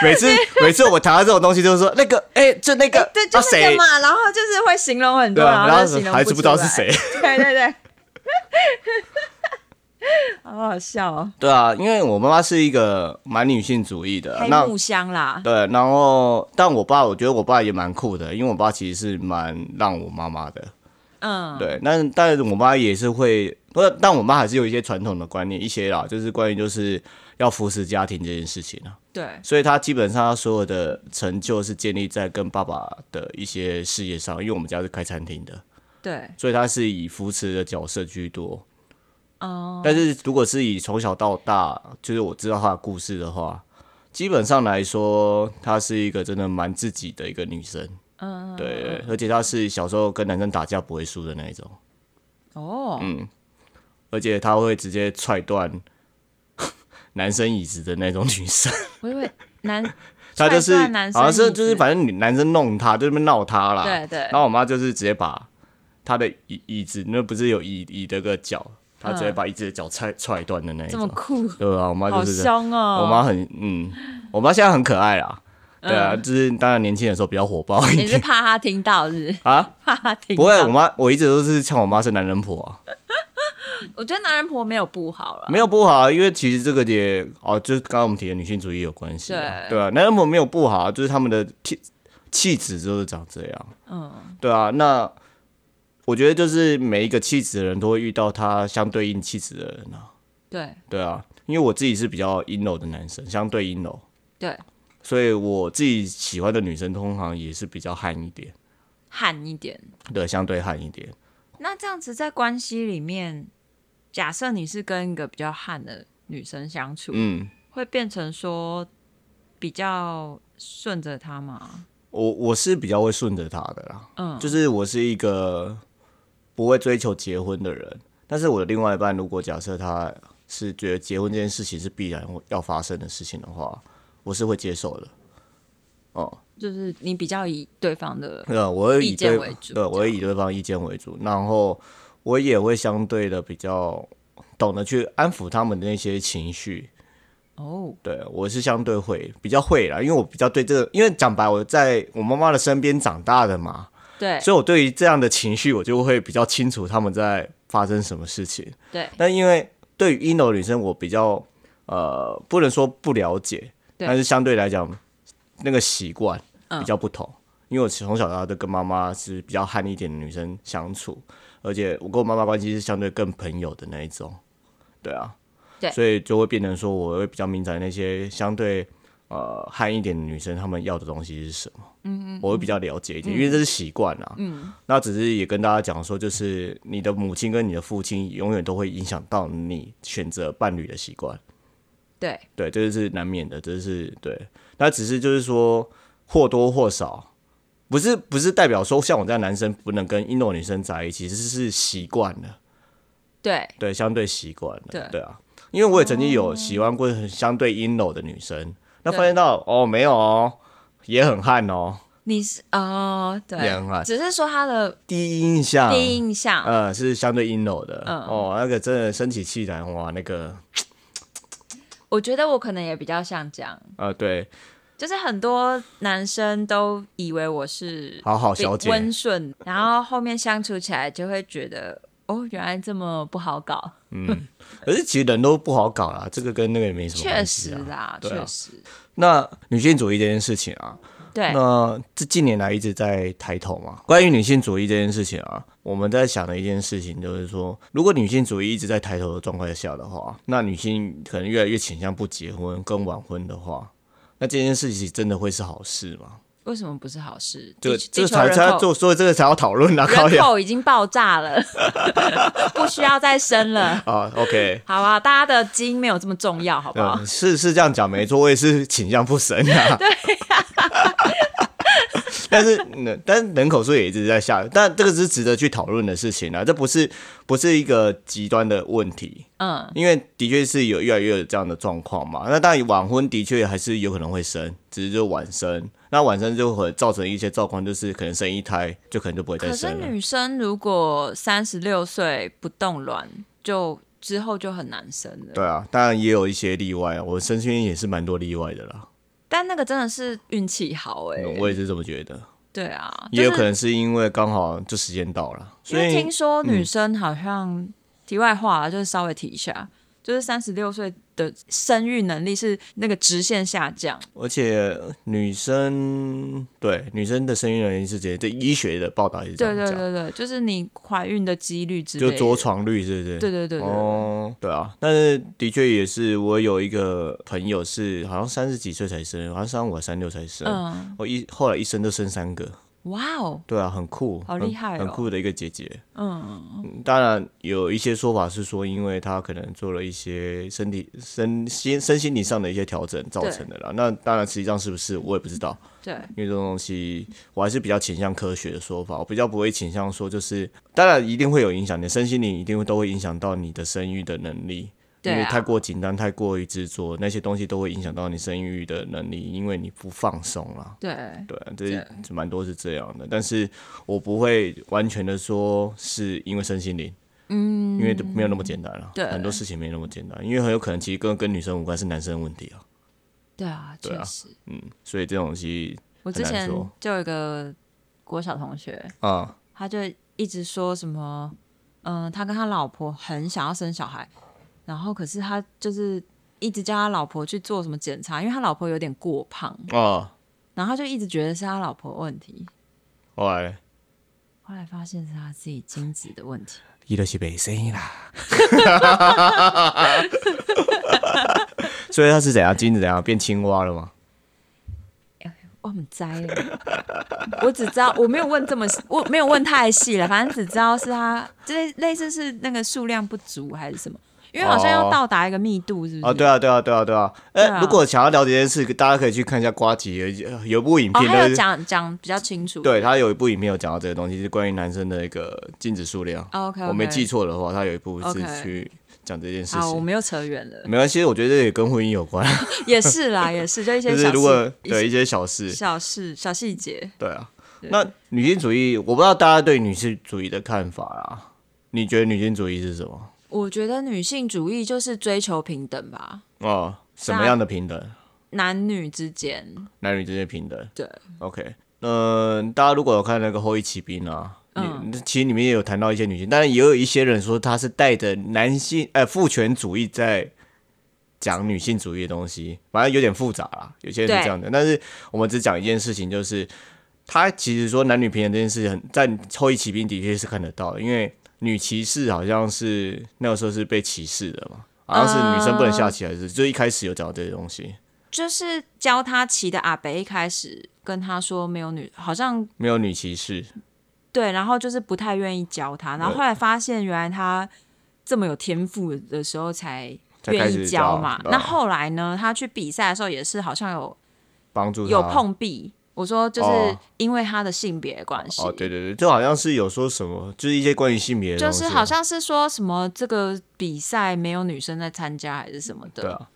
B: 每次每次我谈到这种东西，就是说那个哎、就那个
A: 对，
B: 啊
A: 就是那
B: 谁
A: 个嘛，然后就是会形容很
B: 对
A: 多，然
B: 啊，然
A: 后
B: 后
A: 就形容
B: 还是
A: 不
B: 不
A: 出
B: 知道是
A: 来。
B: 谁。
A: 对对对，好好笑哦，
B: 对啊，因为我妈妈是一个蛮女性主义的，
A: 黑
B: 那
A: 木香啦，
B: 对，然后但我爸，我觉得我爸也蛮酷的，因为我爸其实是蛮让我妈妈的。
A: 嗯，
B: 对，那但是我妈也是会，不是，但我妈还是有一些传统的观念，一些啦，就是关于就是要扶持家庭这件事情啊。
A: 对，
B: 所以他基本上他所有的成就是建立在跟爸爸的一些事业上，因为我们家是开餐厅的，
A: 对，
B: 所以他是以扶持的角色居多。
A: 哦，
B: 但是如果是以从小到大，就是我知道他的故事的话，基本上来说，她是一个真的蛮自己的一个女生。
A: 嗯，
B: 对，而且她是小时候跟男生打架不会输的那一种，
A: 哦，
B: 嗯而且她会直接踹断 男生椅子的那种女生。
A: 我以为男，
B: 他就是
A: 踹断男生
B: 好像是
A: 椅子
B: 就是反正女男生弄他，就在那边闹他啦。
A: 对对
B: 然后我妈就是直接把他的椅椅子，那不是有椅椅的个脚，她直接把椅子的脚踹踹断的那一
A: 嗯这么
B: 种。
A: 酷，
B: 对啊，我妈
A: 好
B: 就是这样。
A: 凶哦，嗯
B: 我妈很嗯，我妈现在很可爱啦。对啊，就是当然年轻的时候比较火爆一
A: 你是
B: 点
A: 怕他听到是不是
B: 啊。
A: 怕他听到？
B: 不会，我妈我一直都是像我妈是男人婆啊，
A: 我觉得男人婆没有不好了，
B: 没有不好啊，因为其实这个也哦，就是刚刚我们提的女性主义有关系
A: 对
B: 啊。对啊，男人婆没有不好啊，就是他们的气气质就是长这样。
A: 嗯，
B: 对啊，那我觉得就是每一个气质的人都会遇到他相对应气质的人啊。
A: 对
B: 对啊，因为我自己是比较阴柔的男生，相对阴柔，
A: 对，
B: 所以我自己喜欢的女生通常也是比较悍一点，
A: 悍一点。
B: 对，相对悍一点。
A: 那这样子在关系里面，假设你是跟一个比较悍的女生相处，
B: 嗯，
A: 会变成说比较顺着她吗？
B: 我我是比较会顺着她的啦，
A: 嗯，
B: 就是我是一个不会追求结婚的人，但是我的另外一半如果假设他是觉得结婚这件事情是必然要发生的事情的话，我是会接受的。哦、
A: 就是你比较以对方 的，
B: 对，呃我会以
A: 意见
B: 对
A: 为主
B: 对，我会以对方意见为主，然后我也会相对的比较懂得去安抚他们的那些情绪。
A: 哦，
B: 对我是相对会比较会啦，因为我比较对这个，因为讲白，我在我妈妈的身边长大的嘛，
A: 对
B: 所以我对于这样的情绪，我就会比较清楚他们在发生什么事情。
A: 对
B: 但因为对于阴柔女生，我比较呃不能说不了解，
A: 对
B: 但是相对来讲，那个习惯
A: 嗯
B: 比较不同。因为我从小到大都跟妈妈是比较悍一点的女生相处，而且我跟我妈妈关系是相对更朋友的那一种，对啊，
A: 对
B: 所以就会变成说我会比较敏感那些相对呃悍一点的女生她们要的东西是什么，嗯嗯，我会比较了解一点，因为这是习惯啊，嗯，那只是也跟大家讲说，就是你的母亲跟你的父亲永远都会影响到你选择伴侣的习惯，
A: 对
B: 对，这是难免的，这是对。那只是就是说或多或少，不是 不是代表说像我这样男生不能跟印度女生在一起，其实是习惯了，
A: 对，
B: 对，相对习惯了，
A: 对
B: 啊。因为我也曾经有喜欢过很相对阴柔的女生，那发现到哦没有哦，也很悍哦，
A: 你是哦，
B: 也
A: 对，
B: 很悍。
A: 只是说他的
B: 第一印象，
A: 第一印象，
B: 呃是相对阴柔的，
A: 嗯
B: 哦那个真的升起气来哇那个
A: 我觉得我可能也比较像这样，
B: 呃对，
A: 就是很多男生都以为我是
B: 好好小姐
A: 温顺，然后后面相处起来就会觉得哦，原来这么不好搞，
B: 可是其实人都不好搞啦，这个跟那个也没什么
A: 确
B: 关系
A: 实
B: 啊。
A: 啦，
B: 对
A: 确
B: 啊
A: 实，
B: 那女性主义这件事情啊，
A: 对，
B: 那这近年来一直在抬头嘛。关于女性主义这件事情啊，我们在想的一件事情就是说，如果女性主义一直在抬头的状况下的话，那女性可能越来越倾向不结婚跟晚婚的话，那这件事情真的会是好事吗？
A: 为什么不是好事？地
B: 这个
A: 球
B: 这
A: 地
B: 个
A: 球
B: 才
A: 人
B: 才
A: 口
B: 做，所以这个才要讨论啊，高
A: 人
B: 雅
A: 口已经爆炸 了，不需要再生了。
B: 啊，OK。
A: 好啊，大家的基因没有这么重要，好不好？
B: 嗯，是是这样讲没错，我也是倾向不生 啊。对 但是，嗯但是人口数也一直在下，但这个是值得去讨论的事情啊，这不是不是一个极端的问题，
A: 嗯，
B: 因为的确是有越来越有这样的状况嘛。那当然晚婚的确还是有可能会生，只是就晚生，那晚生就会造成一些状况，就是可能生一胎就可能就不会啊再
A: 可是
B: 生了。
A: 女生如果三十六岁不冻卵，就之后就很难生了。
B: 对啊，当然也有一些例外啊，我身边也是蛮多例外的啦，
A: 但那个真的是运气好哎、
B: 嗯我也是这么觉得。
A: 对啊，
B: 也有可
A: 就是
B: 能是因为刚好就时间到了，
A: 因
B: 所
A: 为
B: 以嗯
A: 听说女生好像、题外话啦，就是稍微提一下，就是三十六岁的生育能力是那个直线下降。
B: 而且女生对女生的生育能力是直接，这医学的报道也是这
A: 对
B: 样
A: 对
B: 讲，
A: 对对，就是你怀孕的几率之类
B: 就
A: 的
B: 着床率是不是？
A: 对对对对对
B: 哦，对啊，但是的确也是，我有一个朋友是好像三十几岁才生，好像三五还是三六才生，
A: 嗯，
B: 我一后来一生就生三个，
A: 哇哦，
B: 对啊，很酷，
A: 好
B: 很
A: 厉害哦
B: 很酷的一个姐姐。
A: 嗯，
B: 当然有一些说法是说，因为她可能做了一些身体、身心、身心理上的一些调整造成的啦。那当然，实际上是不是我也不知道，
A: 对，
B: 因为这种东西我还是比较倾向科学的说法，我比较不会倾向说就是，当然一定会有影响，你的身心灵一定会都会影响到你的生育的能力。
A: 对啊
B: 因为太过紧张、太过于执着，那些东西都会影响到你生育的能力，因为你不放松啦。
A: 对，
B: 对啊，这这蛮多是这样的，但是我不会完全的说是因为身心灵，嗯，因为就没有那么简单了、
A: 对
B: 很多事情没那么简单，因为很有可能其实跟跟女生无关，是男生的问题啊，
A: 对啊，
B: 对啊
A: 确实。
B: 嗯，所以这种东西
A: 我之
B: 很难
A: 前
B: 说
A: 就有一个国小同学，
B: 啊，
A: 他就一直说什么，嗯、他跟他老婆很想要生小孩，然后可是他就是一直叫他老婆去做什么检查，因为他老婆有点过胖，
B: 啊，
A: 然后他就一直觉得是他老婆的问题，
B: 后来
A: 后来发现是他自己精子的问题。
B: 伊就是没生意啦， 所以他是怎样金子怎样变青蛙了吗？
A: 我很栽了，我只知道我没有问这么，我没有问太细了，反正只知道是他，就是类似是那个数量不足还是什么，因为好像要
B: 哦
A: 到达一个密度，是不是？
B: 啊，对啊，对啊，对啊，对啊！哎、
A: 对啊
B: 如果想要了解这件事，大家可以去看一下瓜吉有有部影
A: 哦，
B: 片，
A: 他
B: 就
A: 有
B: 是
A: 讲讲比较清楚。
B: 对他有一部影片有讲到这个东西，是关于男生的一个禁止数量。
A: 哦，OK，
B: 我没记。错的话，他有一部是
A: OK
B: 去讲这件事
A: 好，我
B: 情。
A: 们又扯远了，
B: 没关系，我觉得这也跟婚姻有关，
A: 也是啦，也是，就一些
B: 就
A: 小
B: 是
A: 事，
B: 如果
A: 一
B: 对一些小事，
A: 小事、小细节。
B: 对啊。
A: 对
B: 那女性主义，我不知道大家对女性主义的看法啦。你觉得女性主义是什么？
A: 我觉得女性主义就是追求平等吧，
B: 哦，什
A: 啊
B: 么样的平等？
A: 男女之间。
B: 男女之间平等。
A: 对，
B: OK，嗯、大家如果有看那个《后裔骑兵》啊，
A: 嗯
B: 嗯，其实里面也有谈到一些女性，但是也有一些人说她是带着男性呃父权主义在讲女性主义的东西，反正有点复杂啦，有些人
A: 对
B: 是这样的。但是我们只讲一件事情，就是他其实说男女平等这件事情很，在《后裔骑兵》的确是看得到的，因为女骑士好像是那个时候是被歧视的嘛。
A: 嗯
B: 好像是女生不能下棋，还是、就一开始有讲到这些东西，
A: 就是教他骑的阿北一开始跟他说没有女，好像
B: 没有女骑士，
A: 对，然后就是不太愿意教他，然后后来发现原来他这么有天赋的时候才
B: 才开
A: 愿
B: 始
A: 意教嘛。
B: 教
A: 那后来呢，他去比赛的时候也是好像有
B: 帮助她
A: 有碰壁。我说就是
B: 啊哦
A: 因为他的性别的关系，
B: 哦，对对对，就好像是有说什么，就是一些关于性别的
A: 就
B: 东西
A: 是
B: 啊，
A: 好像是说什么这个比赛没有女生在参加还是什么
B: 对
A: 的
B: 啊。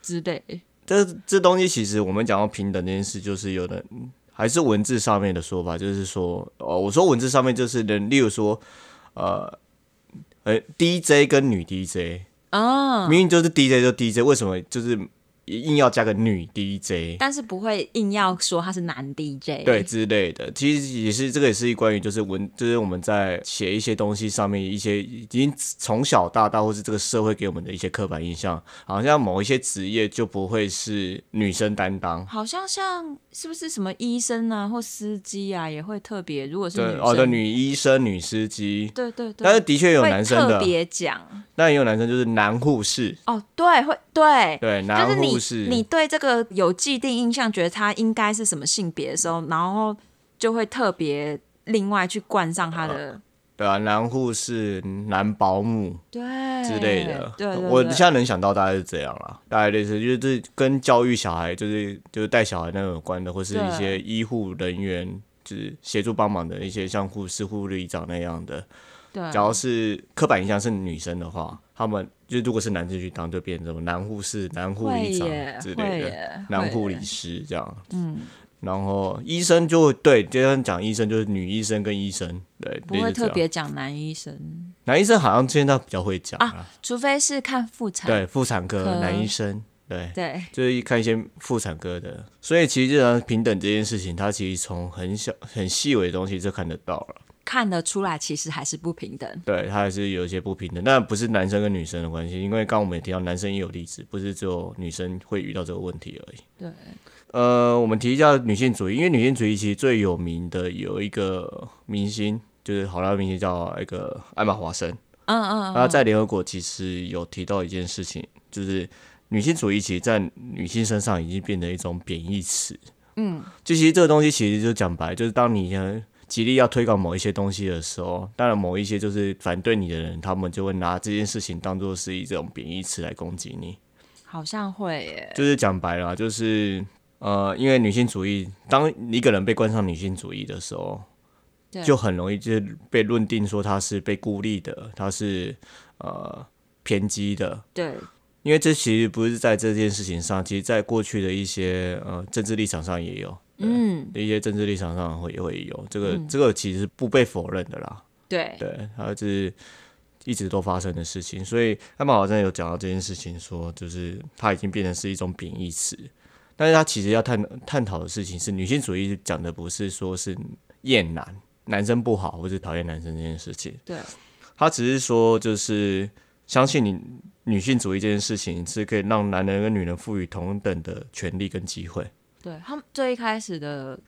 A: 之类。
B: 这这东西其实我们讲到平等这件事，就是有的嗯还是文字上面的说法，就是说，哦，我说文字上面就是人，例如说，呃。呃，DJ 跟女 DJ，
A: 嗯，
B: 明明就是 DJ 就 DJ，为什么就是硬要加个女 DJ，
A: 但是不会硬要说他是男 DJ。
B: 对，之类的，其实也是这个也是关于就是文，就是我们在写一些东西上面一些已经从小到大或是这个社会给我们的一些刻板印象，好像某一些职业就不会是女生担当。
A: 好像像是不是什么医生啊或司机啊也会特别，如果是
B: 对
A: 女，
B: 哦，对，
A: 生
B: 女医生、女司机，
A: 对对
B: 但
A: 对，
B: 是的确有
A: 会
B: 男生
A: 特
B: 的，
A: 别讲
B: 但也有男生就是男护士，
A: 哦，对，会对。
B: 对，
A: 就
B: 男
A: 是你
B: 护士，
A: 你对这个有既定印象，觉得他应该是什么性别的时候，然后就会特别另外去冠上他的、
B: 对啊，男护士、男保姆
A: 对
B: 之类的。
A: 哎对对对，
B: 我现在能想到大概是这样啦，大概类似就是跟教育小孩，就是就是带小孩那种有关的，或是
A: 对
B: 一些医护人员，就是协助帮忙的一些像护士、护理长那样的。
A: 对
B: 只要是刻板印象是女生的话，他们就如果是男生去当，就变成什么男护士、男护
A: 会
B: 理长
A: 耶，
B: 之
A: 会
B: 类的。
A: 耶，
B: 男护
A: 会
B: 理
A: 耶
B: 师这样。嗯，然后医生就会对，就像讲医生就是女医生跟医生，对，
A: 不
B: 类似
A: 会
B: 这
A: 特
B: 样
A: 别讲男医生，
B: 男医生好像现在比较会讲啊，
A: 除非是看妇产
B: 对，妇产科
A: 科
B: 男医生，对，
A: 对
B: 就是看一些妇产科的。所以其实这平等这件事情，它其实从很小很细微的东西就看得到了，
A: 看得出来，其实还是不平等。
B: 对，它还是有一些不平等，但不是男生跟女生的关系，因为刚刚我们也提到男生也有例子，不是只有女生会遇到这个问题而已。
A: 对，
B: 呃，我们提一下女性主义，因为女性主义其实最有名的有一个明星，就是好莱坞明星叫那个艾玛华森。
A: 嗯嗯，
B: 那在联合国其实有提到一件事情，就是女性主义其实在女性身上已经变成一种贬义词。嗯，就其实这个东西其实就讲白，就是当你呃极力要推广某一些东西的时候，当然某一些就是反对你的人，他们就会拿这件事情当做是一种贬义词来攻击你。
A: 嗯好像会耶。
B: 就是讲白了啊，就是呃，因为女性主义，当一个人被冠上女性主义的时候，
A: 对
B: 就很容易就是被论定说她是被孤立的，她是呃偏激的。
A: 对
B: 因为这其实不是在这件事情上，其实在过去的一些呃政治立场上也有，
A: 嗯，
B: 一些政治立场上会也会有这个、这个其实是不被否认的啦。
A: 对
B: 对，它是一直都发生的事情。所以艾玛好像有讲到这件事情说就是它已经变成是一种贬义词。但是它其实要探探讨的事情是，女性主义讲的不是说是厌男、男生不好或是讨厌男生这件事情，
A: 对
B: 它只是说就是相信你女性主义这件事情是可以让男人跟女人赋予同等的权利跟机会。
A: 对，他们最一开始的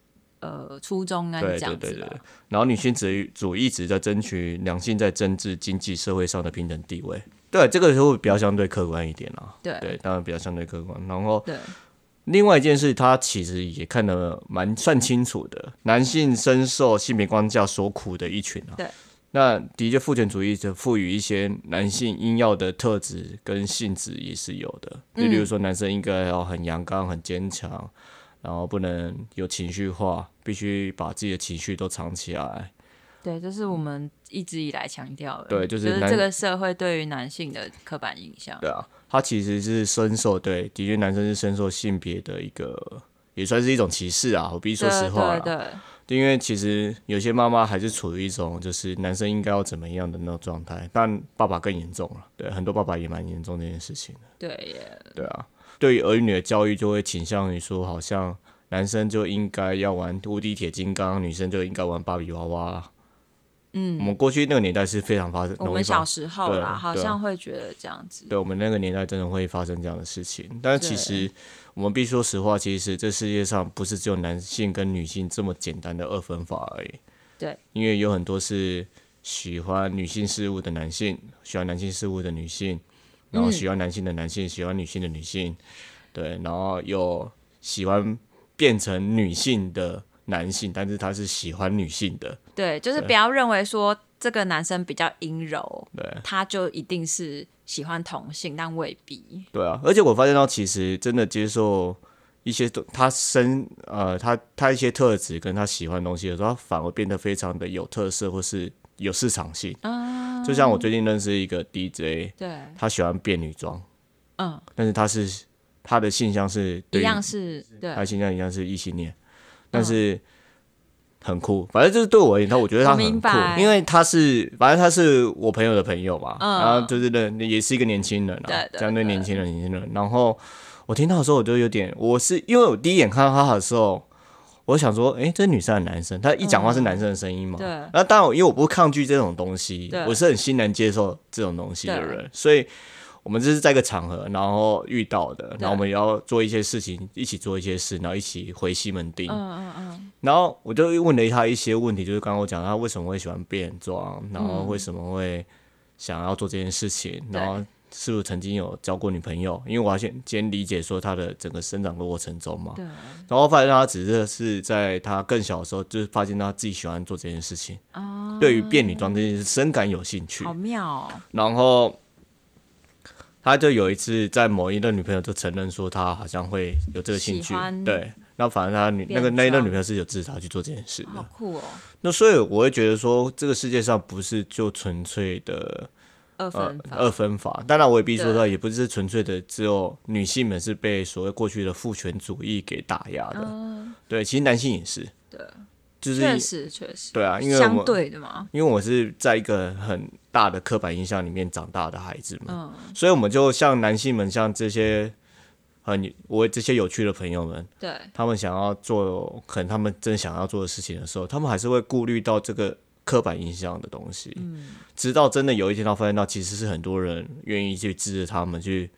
A: 呃初衷应该
B: 对
A: 是这
B: 对
A: 样
B: 对
A: 子
B: 对
A: 吧。。
B: 然后女性主义主义一直在争取两性在政治、经济、社会上的平等地位。对，这个时候比较相对客观一点啦。
A: 对
B: 对，当然比较相对客观。然后
A: 对
B: 另外一件事，他其实也看得蛮算清楚的，男性深受性别框架所苦的一群啊。
A: 对。
B: 那的确，父权主义者赋予一些男性应要的特质跟性质也是有的，
A: 嗯
B: 就例如说，男生应该要很阳刚、很坚强，然后不能有情绪化，必须把自己的情绪都藏起来。
A: 对，这是我们一直以来强调的。
B: 对就是
A: 就是
B: 男
A: 这个社会对于男性的刻板印象。
B: 对啊，他其实是深受对，的确，男生是深受性别的一个，也算是一种歧视啊。我必须说实话啦
A: 对对对
B: 因为其实有些妈妈还是处于一种就是男生应该要怎么样的那种状态，但爸爸更严重了。对，很多爸爸也蛮严重这件事情的。
A: 对耶，
B: 对啊，对于儿女的教育就会倾向于说，好像男生就应该要玩无敌铁金刚，女生就应该玩芭比娃娃。嗯，我们过去那个年代是非常发生，
A: 我
B: 容易
A: 们
B: 发
A: 小时候
B: 对对
A: 啦，
B: 啊
A: 好像会觉得这样子。
B: 对我们那个年代真的会发生这样的事情。但其实我们必须说实话，其实这世界上不是只有男性跟女性这么简单的二分法而已。
A: 对，
B: 因为有很多是喜欢女性事物的男性，喜欢男性事物的女性，然后喜欢男性的男性，喜欢女性的女性，对，然后有喜欢变成女性的男性，但是他是喜欢女性的，
A: 对，就是不要认为说这个男生比较阴柔，
B: 对。
A: 他就一定是喜欢同性，但未必。
B: 对啊，而且我发现到，其实真的接受一些东他身呃，他他一些特质跟他喜欢的东西的时候，他反而变得非常的有特色或是有市场性。
A: 啊，
B: 就像我最近认识一个 DJ，
A: 对，
B: 他喜欢变女装，
A: 嗯，
B: 但是他是他的性向是
A: 一
B: 对于
A: 样是
B: 他
A: 对嗯
B: 的性向一样是异性恋，但是很酷，反正就是对我而言，他我觉得他
A: 我明
B: 很酷
A: 白，
B: 因为他是反正他是我朋友的朋友吧，
A: 嗯
B: 然后就是认也是一个年轻人
A: 对
B: 啊，
A: 对
B: 相对年轻人年轻人。然后我听到的时候，我就有点，我是因为我第一眼看到他的时候，我想说，诶，这是女生还是男生？他一讲话是男生的声音嘛？
A: 嗯对
B: 那当然，因为我不抗拒这种东西
A: 对，
B: 我是很欣然接受这种东西的
A: 对
B: 人，所以。我们这是在一个场合，然后遇到的，然后我们也要做一些事情，一起做一些事，然后一起回西门町。
A: 嗯嗯嗯，
B: 然后我就问了他一些问题，就是刚刚我讲他为什么会喜欢变装，然后为什么会想要做这件事情，
A: 嗯对
B: 然后是不是曾经有交过女朋友？因为我要先先理解说他的整个生长过程中嘛，
A: 对，
B: 然后发现他只是是在他更小的时候，就是发现他自己喜欢做这件事情，
A: 哦，
B: 对于变女装这件事深感有兴趣
A: 好，妙哦，
B: 然后。他就有一次在某一任女朋友就承认说他好像会有这个兴
A: 喜
B: 趣
A: 欢，
B: 对，那反正他女那个
A: 变
B: 那一任
A: 装
B: 女朋友是有支持他去做这件事的，
A: 好酷哦，
B: 那所以我会觉得说，这个世界上不是就纯粹的
A: 二
B: 呃
A: 分法，
B: 二分法，当然我也必须说到，
A: 对
B: 也不是纯粹的只有女性们是被所谓过去的父权主义给打压的，
A: 嗯，
B: 对，其实男性也是，
A: 对，
B: 就
A: 确
B: 是
A: 实确实，
B: 对啊，因为我
A: 相
B: 们
A: 对的嘛，
B: 因为我是在一个很大的刻板印象里面长大的孩子嘛，
A: 嗯，
B: 所以我们就像男性们，像这些很我这些有趣的朋友们，
A: 对，
B: 他们想要做，可能他们真想要做的事情的时候，他们还是会顾虑到这个刻板印象的东西。
A: 嗯
B: 直到真的有一天，他发现到其实是很多人愿意去支持他们去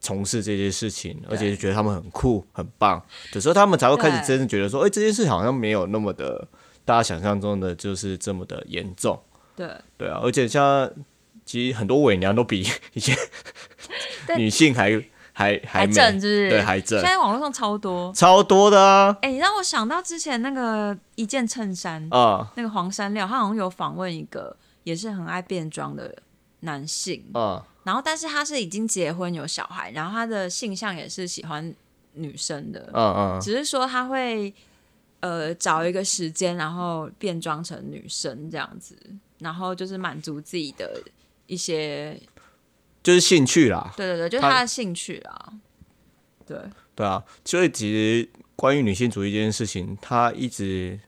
B: 从事这些事情，而且觉得他们很酷、很棒的时候，他们才会开始
A: 对
B: 真的觉得说，哎、这件事好像没有那么的大家想象中的就是这么的严重。
A: 对，
B: 对啊，而且像其实很多伪娘都比以前
A: 对
B: 女性还还还
A: 还
B: 美
A: 正是不是？
B: 对还正
A: 现在网络上超多，
B: 超多的啊
A: 哎，你让我想到之前那个一件衬衫，
B: 啊！
A: 那个黄山料，他好像有访问一个也是很爱变装的男性，
B: 啊
A: 然后但是他是已经结婚有小孩，然后他的性向也是喜欢女生的，
B: 啊啊！
A: 只是说他会呃找一个时间，然后变装成女生这样子，然后就是满足自己的一些，
B: 就是兴趣啦，
A: 对对对，就是
B: 他
A: 他的兴趣啊，对，
B: 对啊，所以其实关于女性主义这件事情，它一直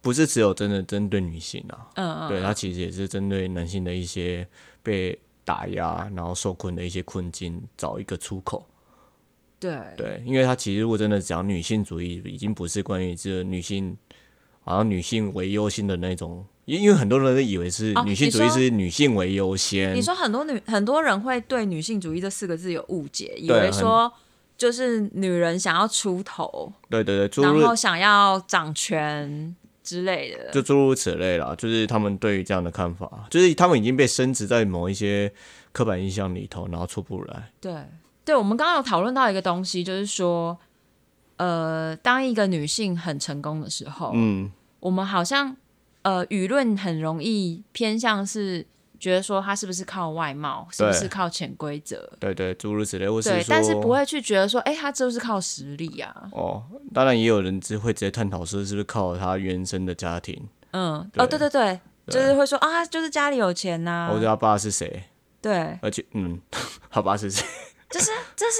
B: 不是只有真的针对女性啊，
A: 嗯
B: 对，
A: 嗯，
B: 它其实也是针对男性的一些被打压，然后受困的一些困境，找一个出口。
A: 对
B: 对，因为它其实如果真的讲女性主义，已经不是关于这女性，好像女性为优先的那种，因因为很多人都以为是
A: 哦
B: 女性主义
A: 你说
B: 是女性为优先，
A: 你说很多女很多人会对“女性主义”这四个字有误解，以
B: 对
A: 为说就是女人想要出头，
B: 对对对，诸
A: 然
B: 如
A: 后想要掌权之类的。
B: 就诸如此类啦，就是他们对于这样的看法，就是他们已经被深植在某一些刻板印象里头，然后出不来。
A: 对对，我们刚刚有讨论到一个东西，就是说，呃，当一个女性很成功的时候，
B: 嗯，
A: 我们好像呃舆论很容易偏向是觉得说她是不是靠外貌，是不
B: 对
A: 是靠潜规则。
B: 对对，诸如此类，或是
A: 对
B: 说，，
A: 但是不会去觉得说，哎、她就是靠实力啊，
B: 哦。当然，也有人只会直接探讨说是不是靠他原生的家庭，
A: 嗯，
B: 对
A: 哦，对对对，就是会说啊，他就是家里有钱呐、
B: 或者他爸是谁，
A: 对，
B: 而且嗯， 他爸是谁，
A: 这是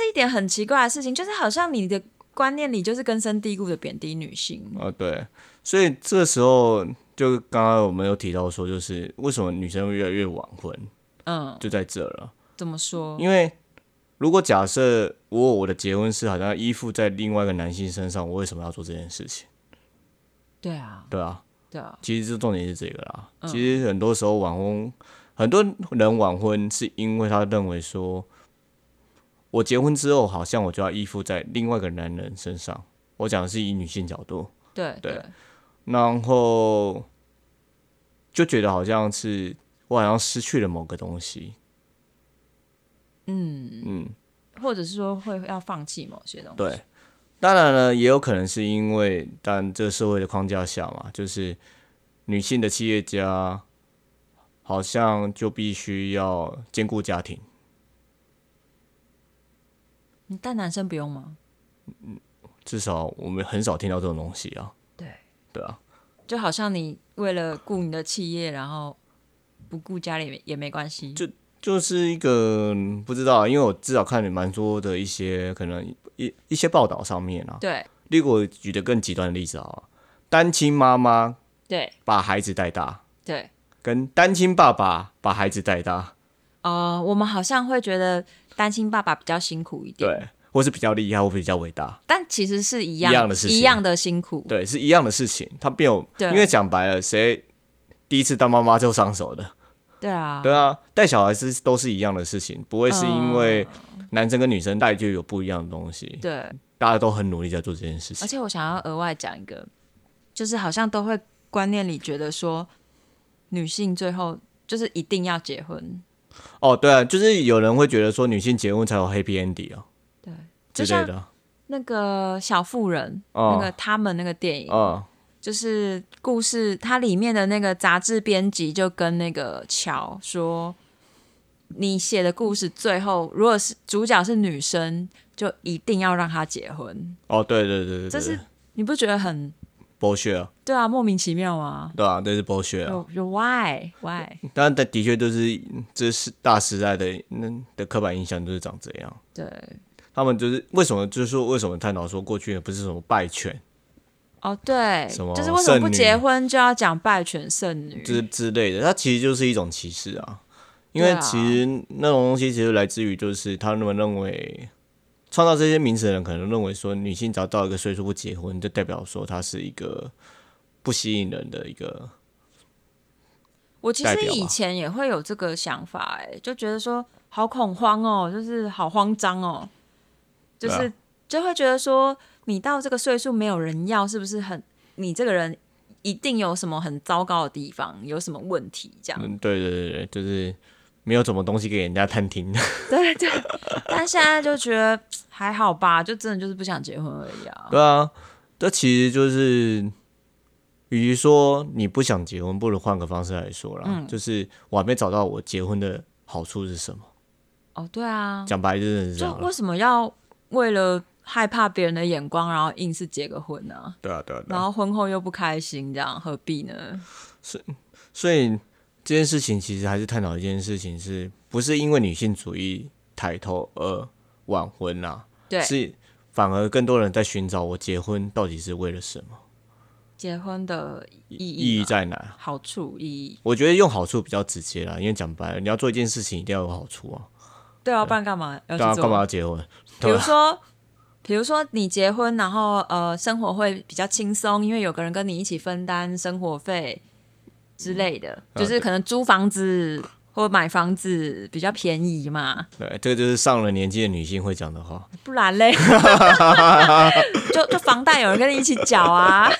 A: 一点很奇怪的事情，就是好像你的观念里就是根深蒂固的贬低女性，
B: 哦，对，所以这时候就刚刚我们有提到说，就是为什么女生会越来越晚婚，
A: 嗯，
B: 就在这了。
A: 怎么说？
B: 因为如果假设我我的结婚是好像依附在另外一个男性身上，我为什么要做这件事情？
A: 对啊，
B: 对啊，
A: 对啊，
B: 其实这重点是这个啦。其实很多时候晚婚，很多人晚婚是因为他认为说，我结婚之后好像我就要依附在另外一个男人身上。我讲的是以女性角度，
A: 对
B: 对然后就觉得好像是我好像失去了某个东西。
A: 嗯，
B: 嗯，
A: 或者是说会要放弃某些东西，
B: 对，当然了，也有可能是因为，当然这个社会的框架下嘛，就是女性的企业家好像就必须要兼顾家庭。
A: 嗯但男生不用吗？
B: 至少我们很少听到这种东西啊。
A: 对，
B: 对啊，
A: 就好像你为了顾你的企业，然后不顾家里也没关系，
B: 就就是一个嗯不知道啊，因为我至少看了蛮多的一些可能一一些报道上面啊，
A: 对，
B: 例如我举的更极端的例子啊，单亲妈妈
A: 对
B: 把孩子带大，
A: 对，
B: 跟单亲爸爸把孩子带大，
A: 呃，我们好像会觉得单亲爸爸比较辛苦一点，
B: 对，或是比较厉害，或比较伟大，
A: 但其实是一样
B: 一样的事情
A: 一样的辛苦，
B: 对，是一样的事情。他没有，
A: 对
B: 因为讲白了，谁第一次当妈妈就上手的？
A: 对啊，
B: 对啊，带小孩是都是一样的事情，不会是因为
A: 嗯
B: 男生跟女生带就有不一样的东西。
A: 对，
B: 大家都很努力在做这件事
A: 而
B: 情。
A: 且我想要额外讲一个，就是好像都会观念里觉得说，女性最后就是一定要结婚，
B: 哦，对啊，就是有人会觉得说女性结婚才有 happy ending 哦
A: 对，
B: 之
A: 就
B: 类
A: 像
B: 的。
A: 那个小妇人，
B: 哦
A: 那个他们那个电影，
B: 嗯，
A: 就是故事它里面的那个杂志编辑就跟那个乔说，你写的故事最后如果是主角是女生，就一定要让她结婚，
B: 哦，对对对对，
A: 这
B: 对
A: 是你不觉得很
B: bullshit，啊
A: 对啊，莫名其妙吗？
B: 对啊，这是 bullshit 啊。
A: 有有 why why
B: 但的的确就是这是大时代的那的刻板印象就是长这样。
A: 对。
B: 他们就是为什么就是说为什么探讨说过去不是什么败犬，
A: 哦，对
B: 什么，
A: 就是为什么不
B: 剩女
A: 结婚就要讲拜犬剩女？
B: 之之类的，它其实就是一种歧视啊。因为
A: 嗯对啊
B: 其实那种东西其实来自于就是他们认为创造这些名词的人可能认为说女性只要到一个岁数不结婚，就代表说她是一个不吸引人的一个
A: 我其
B: 代
A: 实
B: 表吧
A: 以前也会有这个想法、哎，就觉得说好恐慌哦，就是好慌张哦，就
B: 对啊
A: 是、就会觉得说你到这个岁数没有人要，是不是很你这个人一定有什么很糟糕的地方，有什么问题这样？
B: 嗯，对对对对，就是没有什么东西给人家探听。
A: 对对，但现在就觉得还好吧，就真的就是不想结婚而已啊。
B: 对啊，这其实就是，与其说你不想结婚，不如换个方式来说啦，
A: 嗯
B: 就是我还没找到我结婚的好处是什么。
A: 哦，对啊，
B: 讲白就是这
A: 就
B: 样啦
A: 为什么要为了害怕别人的眼光，然后硬是结个婚呢、
B: 对啊，对啊，对
A: 然
B: 啊。
A: 后婚后又不开心，这样何必呢？
B: 所以这件事情其实还是探讨一件事情是，不是因为女性主义抬头而晚婚啦、
A: 对，
B: 是反而更多人在寻找我结婚到底是为了什么，
A: 结婚的意义啊
B: 意义
A: 嘛
B: 在哪？
A: 好处意义，
B: 我觉得用好处比较直接啦，因为讲白了，你要做一件事情一定要有好处啊，
A: 对啊，不然干嘛要
B: 对
A: 去
B: 啊，
A: 做？
B: 干嘛要啊结婚？
A: 比如说，比如说你结婚，然后呃，生活会比较轻松，因为有个人跟你一起分担生活费之类的，
B: 嗯
A: 就是可能租房子或买房子比较便宜嘛。
B: 对，这个就是上了年纪的女性会讲的话。
A: 不然嘞， 就就房贷有人跟你一起缴啊。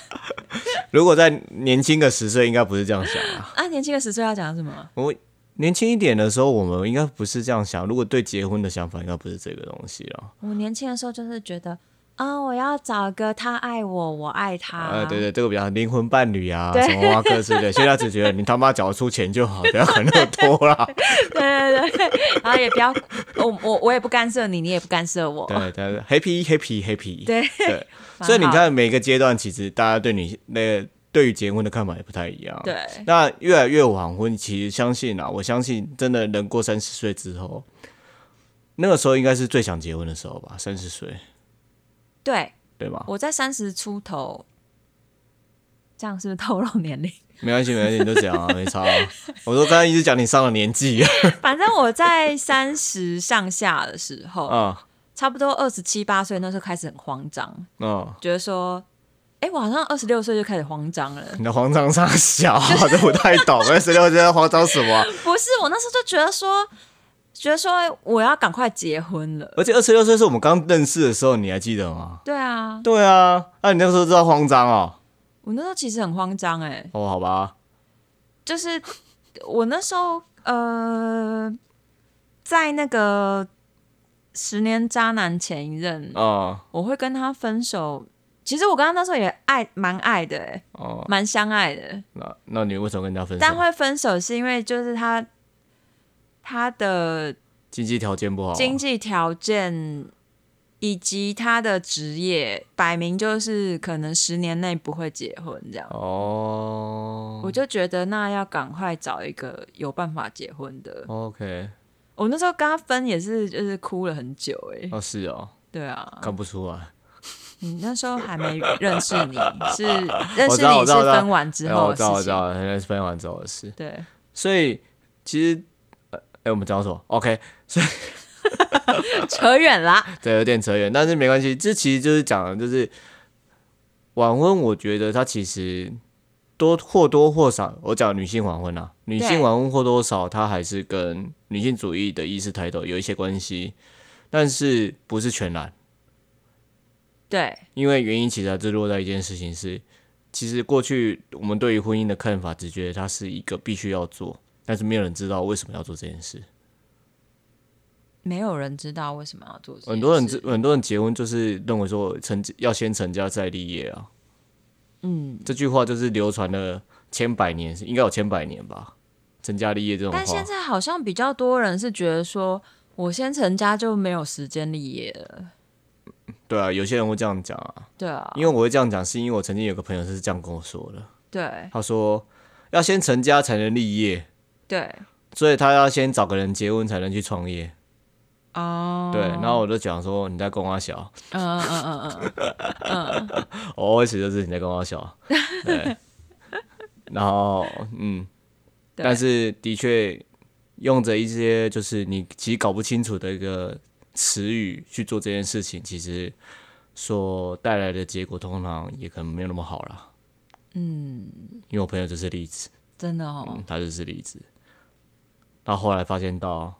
B: 如果在年轻个十岁，应该不是这样想啊。
A: 啊，年轻的十岁要讲什 么？
B: 我年轻一点的时候，我们应该不是这样想。如果对结婚的想法，应该不是这个东西啊了。
A: 我年轻的时候就是觉得啊、我要找个他爱我，我爱他。
B: 呃，对对，这个比较灵魂伴侣啊，
A: 啊对
B: 什么哇哥之 类的。现在只觉得你他妈缴出钱就好，不要管那么 多啦。
A: 对对对，然后也不要，我我我也不干涉你，你也不干涉我。
B: 对对，happy happy happy。
A: 对
B: 对，
A: 好
B: 所以你看每个阶段，其实大家对你那个对于结婚的看法也不太一样。。
A: 对
B: 那越来越晚婚，其实相信啊，我相信真的人过三十岁之后，那个时候应该是最想结婚的时候吧，三十岁，
A: 对，
B: 对吧？
A: 我在三十出头，这样是不是透露年龄？
B: 没关系，没关系，你就这样啊，没差、啊。我说刚刚一直讲你上了年纪啊
A: 反正我在三十上下的时候，
B: 啊，
A: 差不多二十七八岁那时候开始很慌张，
B: 嗯，
A: 觉得说，哎，我好像二十六岁就开始慌张了。
B: 你的慌张上小、这不太 懂，二十六岁在慌张什么啊、
A: 不是，我那时候就觉得说，觉得说我要赶快结婚了。
B: 而且二十六岁是我们刚认识的时候，你还记得吗？
A: 对啊，
B: 对啊，那、你那个时候知道慌张哦？
A: 我那时候其实很慌张哎、
B: 哦，好吧，
A: 就是我那时候呃，在那个十年渣男前一任，
B: 哦、
A: 我会跟他分手。其实我跟他那时候也爱蛮爱的、欸，
B: 哦、
A: 蛮相爱的，
B: 那那你为什么跟人家分
A: 但
B: 手？
A: 会分手是因为就是他他的
B: 经济条件不好啊，
A: 经济条件以及他的职业，摆明就是可能十年内不会结婚这样。
B: 哦
A: 我就觉得那要赶快找一个有办法结婚的。
B: ，OK。
A: 我那时候跟他分也是，就是哭了很久哎、
B: 哦，是哦，
A: 对啊，
B: 看不出来。
A: 你那时候还没认识 你，是认
B: 我
A: 识
B: 知道
A: 你是
B: 我知道我知道
A: 分完之
B: 哎
A: 后
B: 我
A: 的
B: 知道，我
A: 事
B: 知
A: 情。
B: 道，现在分完之后的事。
A: 对，
B: 所以其实，呃，哎、我们讲到什么？OK，
A: 扯远啦。
B: 对，有点扯远，但是没关系。这其实就是讲的，就是晚婚，我觉得它其实多或多或少，我讲女性晚婚啊，女性晚婚或多或少，它还是跟女性主义的意识抬头有一些关系，但是不是全然，
A: 对，
B: 因为原因其实还是落在一件事情是，其实过去我们对于婚姻的看法，只觉得它是一个必须要做，但是没有人知道为什么要做这件事。
A: 没有人知道为什么要做这件事。
B: 很多人知很多人结婚就是认为说成要先成家再立业啊，嗯，这句话就是流传了千百年，应该有千百年吧，成家立业这种
A: 但现
B: 话。
A: 在好像比较多人是觉得说，我先成家就没有时间立业了。
B: 对啊，有些人会这样讲啊，
A: 对啊，
B: 因为我会这样讲，是因为我曾经有个朋友是这样跟我说的，
A: 对
B: 他说要先成家才能立业，
A: 对
B: 所以他要先找个人结婚才能去创业。
A: 哦，
B: 对，然后我就讲说你在跟我小，
A: 嗯嗯嗯嗯嗯，
B: 我意思就是你在跟 我小，对，然后嗯。
A: 对
B: 但是的确用着一些就是你其实搞不清楚的一个词语去做这件事情，其实所带来的结果通常也可能没有那么好啦。嗯，因为我朋友就是例子，
A: 真的哦，
B: 嗯，他就是例子。到后来发现到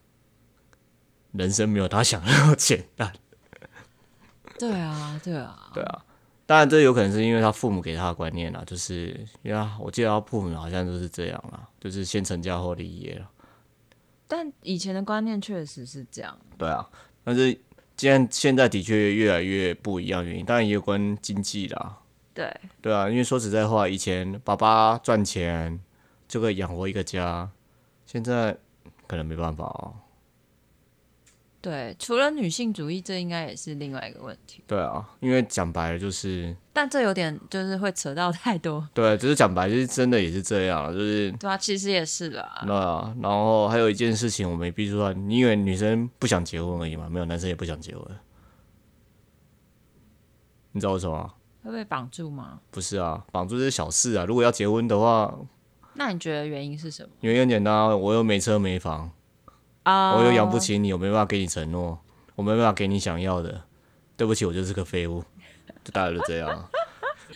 B: 人生没有他想的那么简单，
A: 对啊对啊，
B: 对啊。当然，这有可能是因为他父母给他的观念啦，就是因为他我记得他父母好像就是这样啦，就是先成家后立业啦。
A: 但以前的观念确实是这样。
B: 对啊，但是现在现在的确越来越不一样，原因当然也有关经济啦。
A: 对
B: 对啊，因为说实在话，以前爸爸赚钱就可以养活一个家，现在可能没办法哦。
A: 对，除了女性主义，这应该也是另外一个问题。
B: 对啊，因为讲白了就是，
A: 但这有点就是会扯到太多，
B: 对，只是讲白就是真的也是这样，就是
A: 对啊，其实也是啦。
B: 对啊。然后还有一件事情我们也必须说，你以为女生不想结婚而已嘛？没有，男生也不想结婚。你知道为什么吗？
A: 会被绑住吗？
B: 不是啊，绑住是小事啊。如果要结婚的话，
A: 那你觉得原因是什么
B: 原因很简单啊，我又没车没房，
A: 啊
B: 我又养不起你，我没办法给你承诺，我没办法给你想要的。对不起，我就是个废物，就大概就这样啊。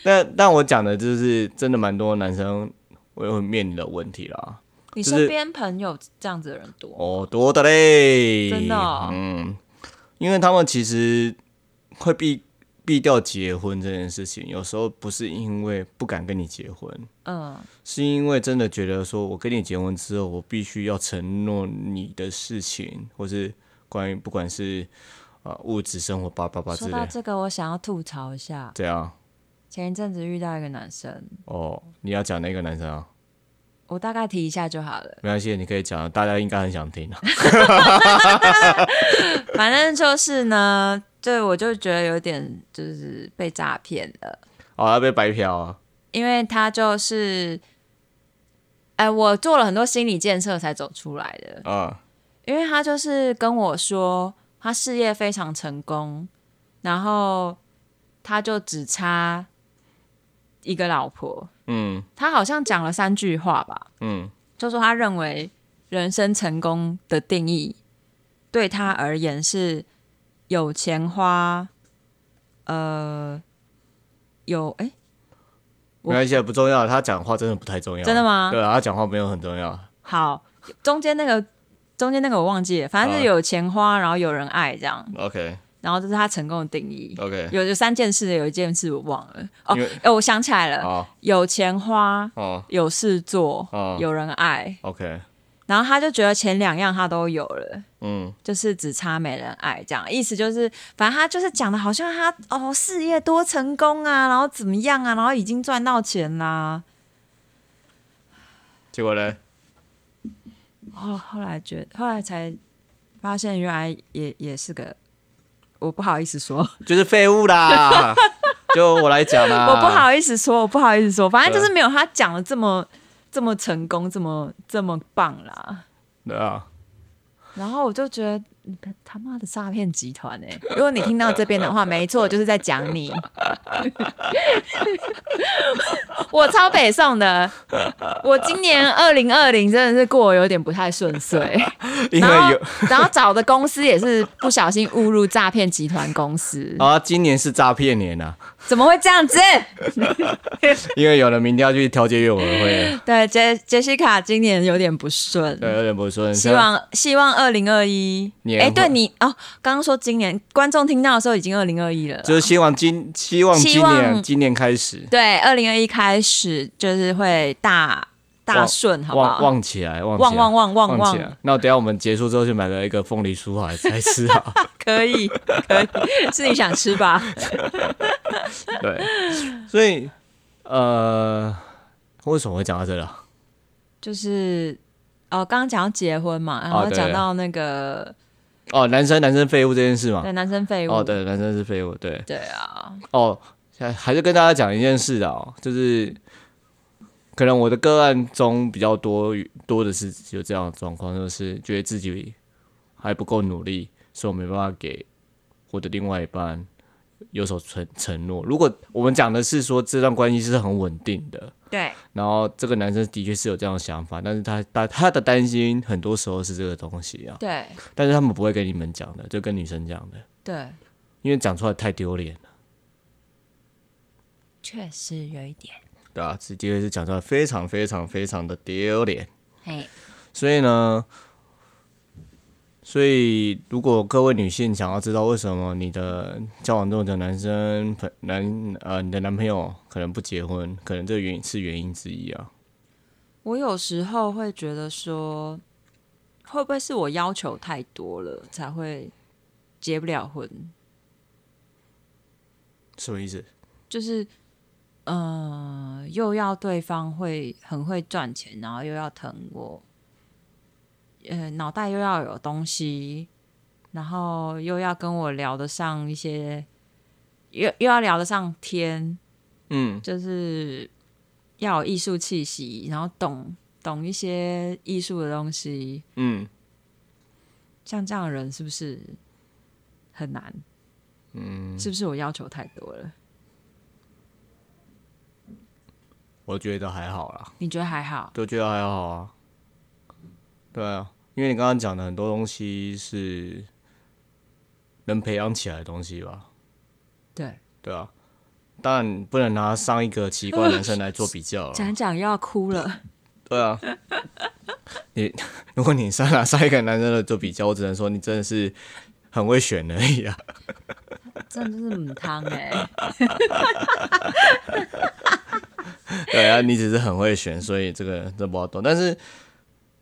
B: 但但我讲的就是真的蛮多男生我也会面临的问题啦，
A: 你
B: 就是
A: 身边朋友这样子的人多吗，
B: 哦，多的嘞，
A: 真的哦
B: 嗯，因为他们其实会避避掉结婚这件事情，有时候不是因为不敢跟你结婚，
A: 嗯，
B: 是因为真的觉得说，我跟你结婚之后，我必须要承诺你的事情，或是关于不管是呃物质生活叭叭叭之
A: 说到
B: 类，
A: 这个，我想要吐槽一下，
B: 怎样？
A: 前一阵子遇到一个男生，
B: 哦，你要讲那个男生啊？
A: 我大概提一下就好了。
B: 没关系，你可以讲，大家应该很想听啊。
A: 反正就是呢，对我就觉得有点就是被诈骗了，
B: 哦，要被白嫖啊？
A: 因为他就是，哎、我做了很多心理建设才走出来的，
B: 啊、
A: 因为他就是跟我说他事业非常成功，然后他就只差一个老婆，
B: 嗯
A: 他好像讲了三句话吧，
B: 嗯
A: 就说他认为人生成功的定义对他而言是有钱花，呃，有哎、我
B: 没关系，不重要。他讲话真的不太重要。
A: 真的吗
B: 对啊，他讲话没有很重要。
A: 好，中间那个中间那个我忘记了，反
B: 啊
A: 正就是有钱花，然后有人爱这样，
B: OK
A: 然后这是他成功的定义。
B: OK，
A: 有有三件事，有一件事我忘了哦
B: 因为，
A: 哎，我想起来了，
B: 好
A: 有钱花，
B: 哦
A: 有事做，
B: 哦
A: 有人爱，
B: OK，
A: 然后他就觉得前两样他都有了。
B: 嗯
A: 就是只差没人爱这样，意思就是，反正他就是讲的好像他哦事业多成功啊，然后怎么样啊，然后已经赚到钱啦。
B: 结果呢？
A: 哦，后来觉后来才发现，原来也也是个，我不好意思说，
B: 就是废物 啦。就我来讲啦，
A: 我不好意思说，我不好意思说，反正
B: 啊对
A: 就是没有他讲的这么这么成功，这么这么棒啦。
B: 对啊，
A: 然后我就觉得你他他妈的诈骗集团哎、如果你听到这边的话，没错，就是在讲你。 我超北宋的，我今年二零二零真的是过得有点不太顺遂，
B: 因为
A: 然后
B: 有
A: 然后找的公司也是不小心误入诈骗集团公司，
B: 啊，今年是诈骗年呐、
A: 怎么会这样子？
B: 因为有了民调去调解委员会了，
A: 对，杰杰西卡今年有点不顺，
B: 对，有点不顺。
A: 希望希望二零二一，
B: 年
A: 哎，
B: 会
A: 对你哦，刚刚说今年观众听到的时候已经二零二一了啦，
B: 就是希望今希望今
A: 希望
B: 年今年开始
A: 对，二零二一开始就是会大大
B: 旺
A: 顺，好不
B: 旺
A: 好？
B: 旺起来，旺
A: 旺
B: 旺
A: 旺旺旺
B: 旺起
A: 旺，
B: 来。那等一下我们结束之后去买了一个凤梨 酥来来吃啊。
A: 可以可以，是你想吃吧？
B: 对，所以呃，为什么会讲到这啊了？
A: 就是哦，刚刚讲到结婚嘛，然后
B: 哦对
A: 讲到那个
B: 哦，男生男生废物这件事嘛。
A: 对男生废物，
B: 哦，对，男生是废物，对。
A: 对啊，
B: 哦，还还是跟大家讲一件事啊、哦，就是可能我的个案中比较多多的是有这样的状况，就是觉得自己还不够努力，所以我没办法给我的另外一半有所承承诺。如果我们讲的是说这段关系是很稳定的，
A: 对
B: 然后这个男生的确是有这样的想法，但是他他他的担心很多时候是这个东西啊，
A: 对
B: 但是他们不会跟你们讲的，就跟女生讲的，
A: 对，
B: 因为讲出来太丢脸。
A: 确实有一点，
B: 对啊，直接是讲出来非常非常非常的丢脸。
A: 嘿，
B: 所以呢，所以如果各位女性想要知道为什么你的交往中的男生朋男呃你的男朋友可能不结婚，可能这个原因是原因之一啊。
A: 我有时候会觉得说，会不会是我要求太多了才会结不了婚？
B: 什么意思？
A: 就是，呃，又要对方会很会赚钱，然后又要疼我，呃，脑袋又要有东西，然后又要跟我聊得上一些，又又要聊得上天，
B: 嗯，
A: 就是要有艺术气息，然后懂懂一些艺术的东西，
B: 嗯
A: 像这样的人是不是很难？嗯，是不是我要求太多了？
B: 我觉得还好啦，
A: 你觉得还好？
B: 都觉得还好啊。对啊，因为你刚刚讲的很多东西是能培养起来的东西吧。
A: 对。
B: 对啊，但不能拿上一个奇怪人生来做 比较了。
A: 讲讲又要哭了，
B: 对啊，你 如果你上拿上一个男生来做比较，我只能说你真的是很会选而已啊。
A: 真的就是母汤哎、
B: 对啊，你只是很会选，所以这个这不好懂。但是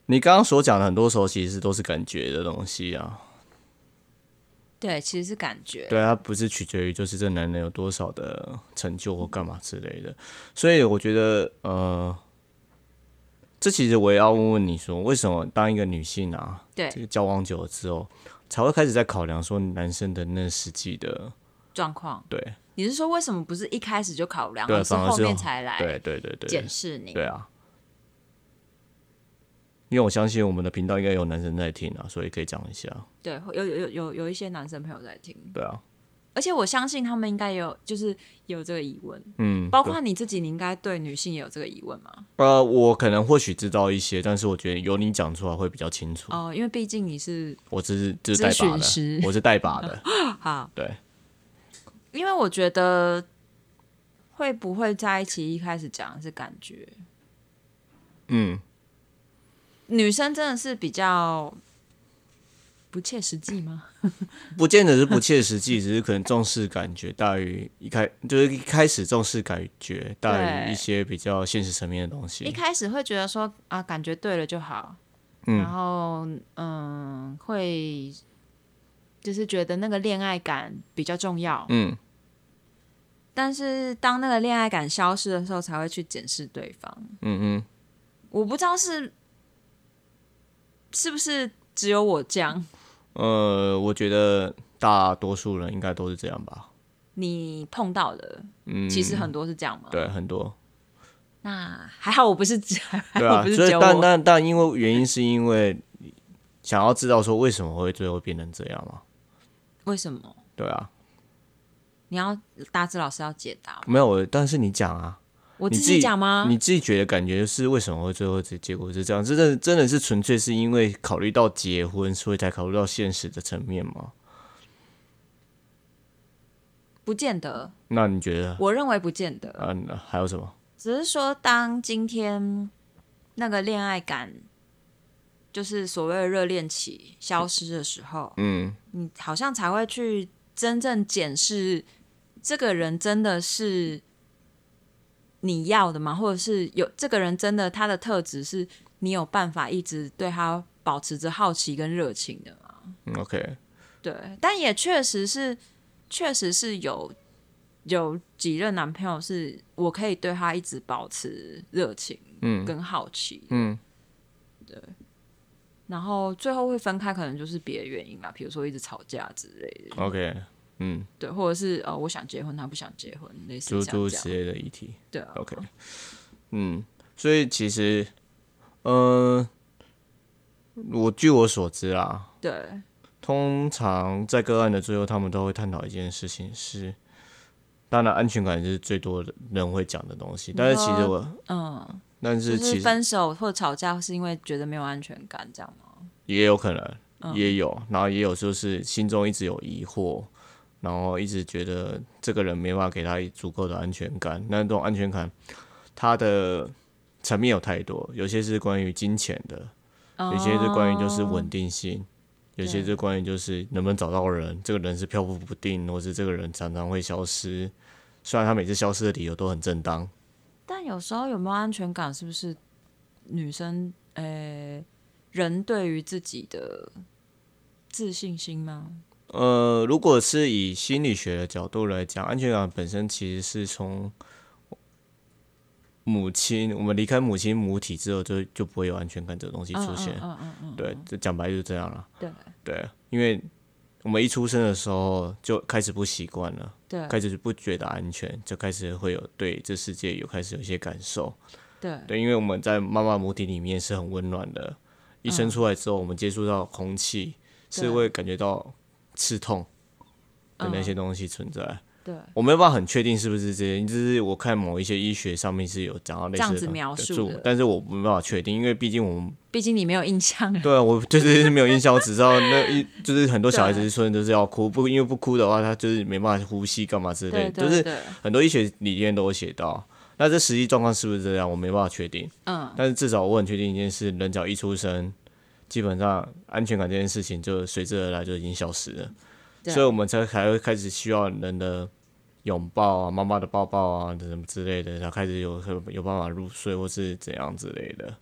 B: 你刚刚所讲的很多时候其实都是感觉的东西啊。
A: 对，其实是感觉，
B: 对啊，它不是取决于就是这男人有多少的成就或干嘛之类的。所以我觉得呃。这其实我也要问问你说，为什么当一个女性啊，这
A: 对
B: 个交往久了之后，才会开始在考量说男生的那实际的，
A: 状况。
B: 对
A: 你是说为什么不是一开始就考量，
B: 对
A: 而是
B: 反而
A: 后
B: 是
A: 面
B: 后
A: 才来
B: 对对对对
A: 检，视你？
B: 对啊。因为我相信我们的频道应该有男生在听啊，所以可以讲一下，
A: 对，会有有有有有一些男生朋友在听，
B: 对啊，
A: 而且我相信他们应该也有就是有这个疑问，
B: 嗯，
A: 包括你自己，你应该对女性也有这个疑问嘛？
B: 对呃，我可能或许知道一些，但是我觉得由你讲出来会比较清楚。
A: 哦、因为毕竟你是
B: 我只是就是带把
A: 咨询师
B: 的，我是带把的，
A: 好，
B: 对，
A: 因为我觉得会不会在一起一开始讲的是感觉，
B: 嗯，
A: 女生真的是比较不切实际吗？
B: 不见得是不切实际，只是可能重视感觉大于一开，就是一开始重视感觉大于
A: 对
B: 一些比较现实层面的东西。
A: 一开始会觉得说啊，感觉对了就好，
B: 嗯
A: 然后嗯，会就是觉得那个恋爱感比较重要，
B: 嗯，
A: 但是当那个恋爱感消失的时候，才会去检视对方。
B: 嗯嗯，
A: 我不知道是是不是只有我这样，
B: 呃，我觉得大多数人应该都是这样吧。
A: 你碰到的，
B: 嗯，
A: 其实很多是这样嘛。
B: 对很 多，
A: 那还好我不是只，还
B: 对
A: 好我
B: 啊，
A: 不是
B: 所
A: 只
B: 以
A: 有
B: 但
A: 我。
B: 但但因为原因是因为想要知道说为什么会最后变成这样嘛？
A: 为什么？
B: 对啊，
A: 你要大志老师要解答，
B: 没有，我但是你讲啊，
A: 我
B: 你
A: 自己讲吗？
B: 你自己觉得感觉是为什么会最后这结果是这样？真的真的是纯粹是因为考虑到结婚，所以才考虑到现实的层面吗？
A: 不见得，
B: 那你觉得？
A: 我认为不见得，
B: 嗯、那还有什么？
A: 只是说当今天那个恋爱感，就是所谓的热恋期消失的时候，
B: 嗯，
A: 你好像才会去真正检视这个人真的是你要的吗？或者是有这个人真的他的特质是你有办法一直对他保持着好奇跟热情的吗？
B: 嗯 OK，
A: 对，但也确实是，确实是有有几任男朋友是我可以对他一直保持热情
B: 嗯
A: 跟好奇，
B: 嗯
A: 然后最后会分开，可能就是别的原因啦，比如说一直吵架之类的。
B: ，OK，嗯，
A: 对，或者是呃，我想结婚，他不想结婚，类似
B: 诸
A: 像
B: 诸
A: 这
B: 此
A: 样，
B: 类哦的议题。
A: 对啊
B: OK，嗯，所以其实，嗯、我据我所知啊，
A: 对，
B: 通常在个案的最后，他们都会探讨一件事情是，当然安全感是最多的人会讲的东西，但是其实我，
A: 嗯，
B: 但
A: 就是是
B: 其实
A: 分手或吵架是因为觉得没有安全感，这样吗？
B: 也有可能、也有，然后也有就是心中一直有疑惑，然后一直觉得这个人没办法给他足够的安全感，那这种安全感，它的层面有太多，有些是关于金钱的，
A: 哦
B: 有些是关于就是稳定性，有些是关于就是能不能找到人，这个人是漂浮不定，或是这个人常常会消失。虽然他每次消失的理由都很正当，
A: 但有时候有没有安全感，是不是女生呃、人对于自己的自信心吗？
B: 呃，如果是以心理学的角度来讲，安全感本身其实是从母亲，我们离开母亲母体之后就，就不会有安全感这个东西
A: 嗯
B: 出现。
A: 嗯嗯嗯嗯，
B: 对，这讲白就是这样了。
A: 对
B: 对，因为我们一出生的时候就开始不习惯了。
A: 对
B: 开始不觉得安全，就开始会有对这世界有开始有一些感受。
A: 对
B: 对，因为我们在妈妈母体里面是很温暖的，一生出来之后，我们接触到空气
A: 嗯对嗯
B: 是会感觉到刺痛的那些东西存在。
A: 对，
B: 我没有办法很确定是不是这些，就是我看某一些医学上面是有讲到类
A: 这样
B: 似
A: 子
B: 的
A: 描
B: 的
A: 述
B: 注
A: 的
B: 但是我没办法确定，因为毕竟我们
A: 毕竟你没有印象了，
B: 对啊，我就是 没有印象，我只知道那一就是很多小孩子说就是要哭，不因为不哭的话，他就是没办法呼吸干嘛之类
A: 对 对
B: 的，就是
A: 对，
B: 很多医学理念都有写到。那这实际状况是不是这样，我没办法确定。
A: 嗯，
B: 但是至少我很确定一件事：人只要一出生，基本上安全感这件事情就随之而来就已经消失了。
A: 对
B: 所以我们才才会开始需要人的拥抱啊、妈妈的抱抱啊、什么之类的，然后开始有有办法入睡或是怎样之类的。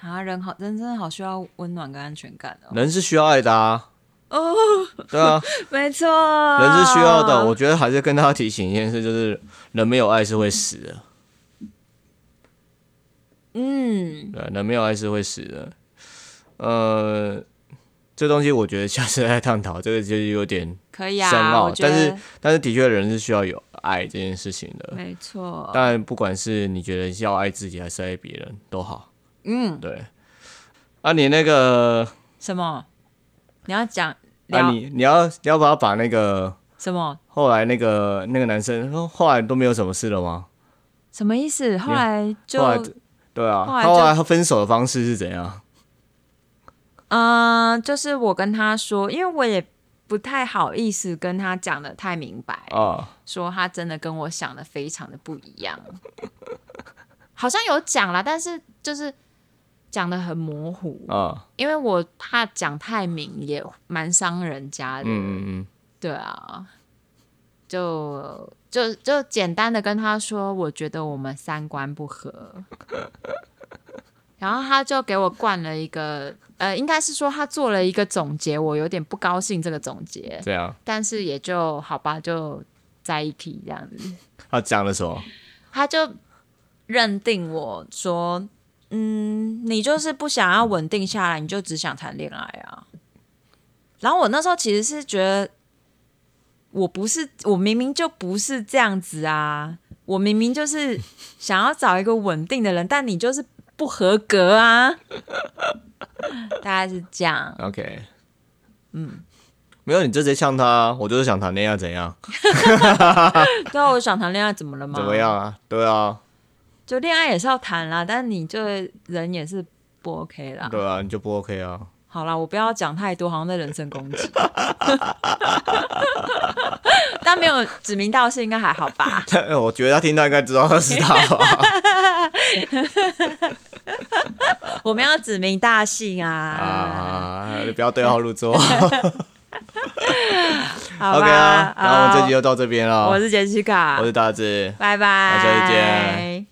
A: 啊，人好人真的好需要温暖跟安全感哦，
B: 人是需要爱的啊。哦，对啊，
A: 没错，
B: 人
A: 人
B: 是需要
A: 啊
B: 的。我觉得还是跟大家提醒一件事，就是人没有爱是会死的。
A: 嗯。
B: 对，啊人没有爱是会死的。呃，这东西我觉得下次再探讨，这个就是有点，
A: 可以啊，
B: 深奥
A: 我觉得
B: 但是但是的确人是需要有爱这件事情的。
A: 没错，
B: 当然，不管是你觉得是要爱自己还是爱别人都好，
A: 嗯，
B: 对。啊，你那个，
A: 什么？你要讲聊、
B: 啊你你要你要不要把那个
A: 什么？
B: 后来那个那个男生后后来都没有什么事了吗？
A: 什么意思？后来就
B: 后来对啊，
A: 后来就
B: 后来分手的方式是怎样？
A: 嗯、就是我跟他说，因为我也不太好意思跟他讲的太明白，
B: 啊，
A: 说他真的跟我想的非常的不一样， 好像有讲啦，但是就是讲的很模糊，
B: 啊，
A: 因为我怕讲太明也蛮伤人家的，
B: 嗯嗯
A: 对啊，就就就简单的跟他说，我觉得我们三观不合， 然后他就给我灌了一个，呃，应该是说他做了一个总结，我有点不高兴这个总结
B: 嗯，，这样。
A: 但是也就好吧，就在一起这样子，
B: 他讲了什么？
A: 他就认定我说，嗯，你就是不想要稳定下来，你就只想谈恋爱啊。然后我那时候其实是觉得，我不是，我明明就不是这样子啊，我明明就是想要找一个稳定的人，但你就是不合格啊。大概是这样。
B: OK，嗯，
A: 嗯
B: 没有，你就直接呛他啊，我就是想谈恋爱，怎样？
A: 对啊，我想谈恋爱怎么了吗？
B: 怎么样？啊？对啊，
A: 就恋爱也是要谈啦，但你就人也是不 OK 啦。
B: 对啊，你就不 OK 啊？
A: 好啦，我不要讲太多，好像在人身攻击。 但没有指名道姓，应该还好吧？
B: 但 我觉得他听到应该知道他是他吧？
A: 我们要指名大姓啊，
B: 啊，你不要对号入座。
A: 好
B: OK
A: 吧
B: 啊？，那我们这集
A: 好
B: 就到这边了。
A: 我是杰西卡，
B: 我是大志，
A: 拜拜，
B: 下次见。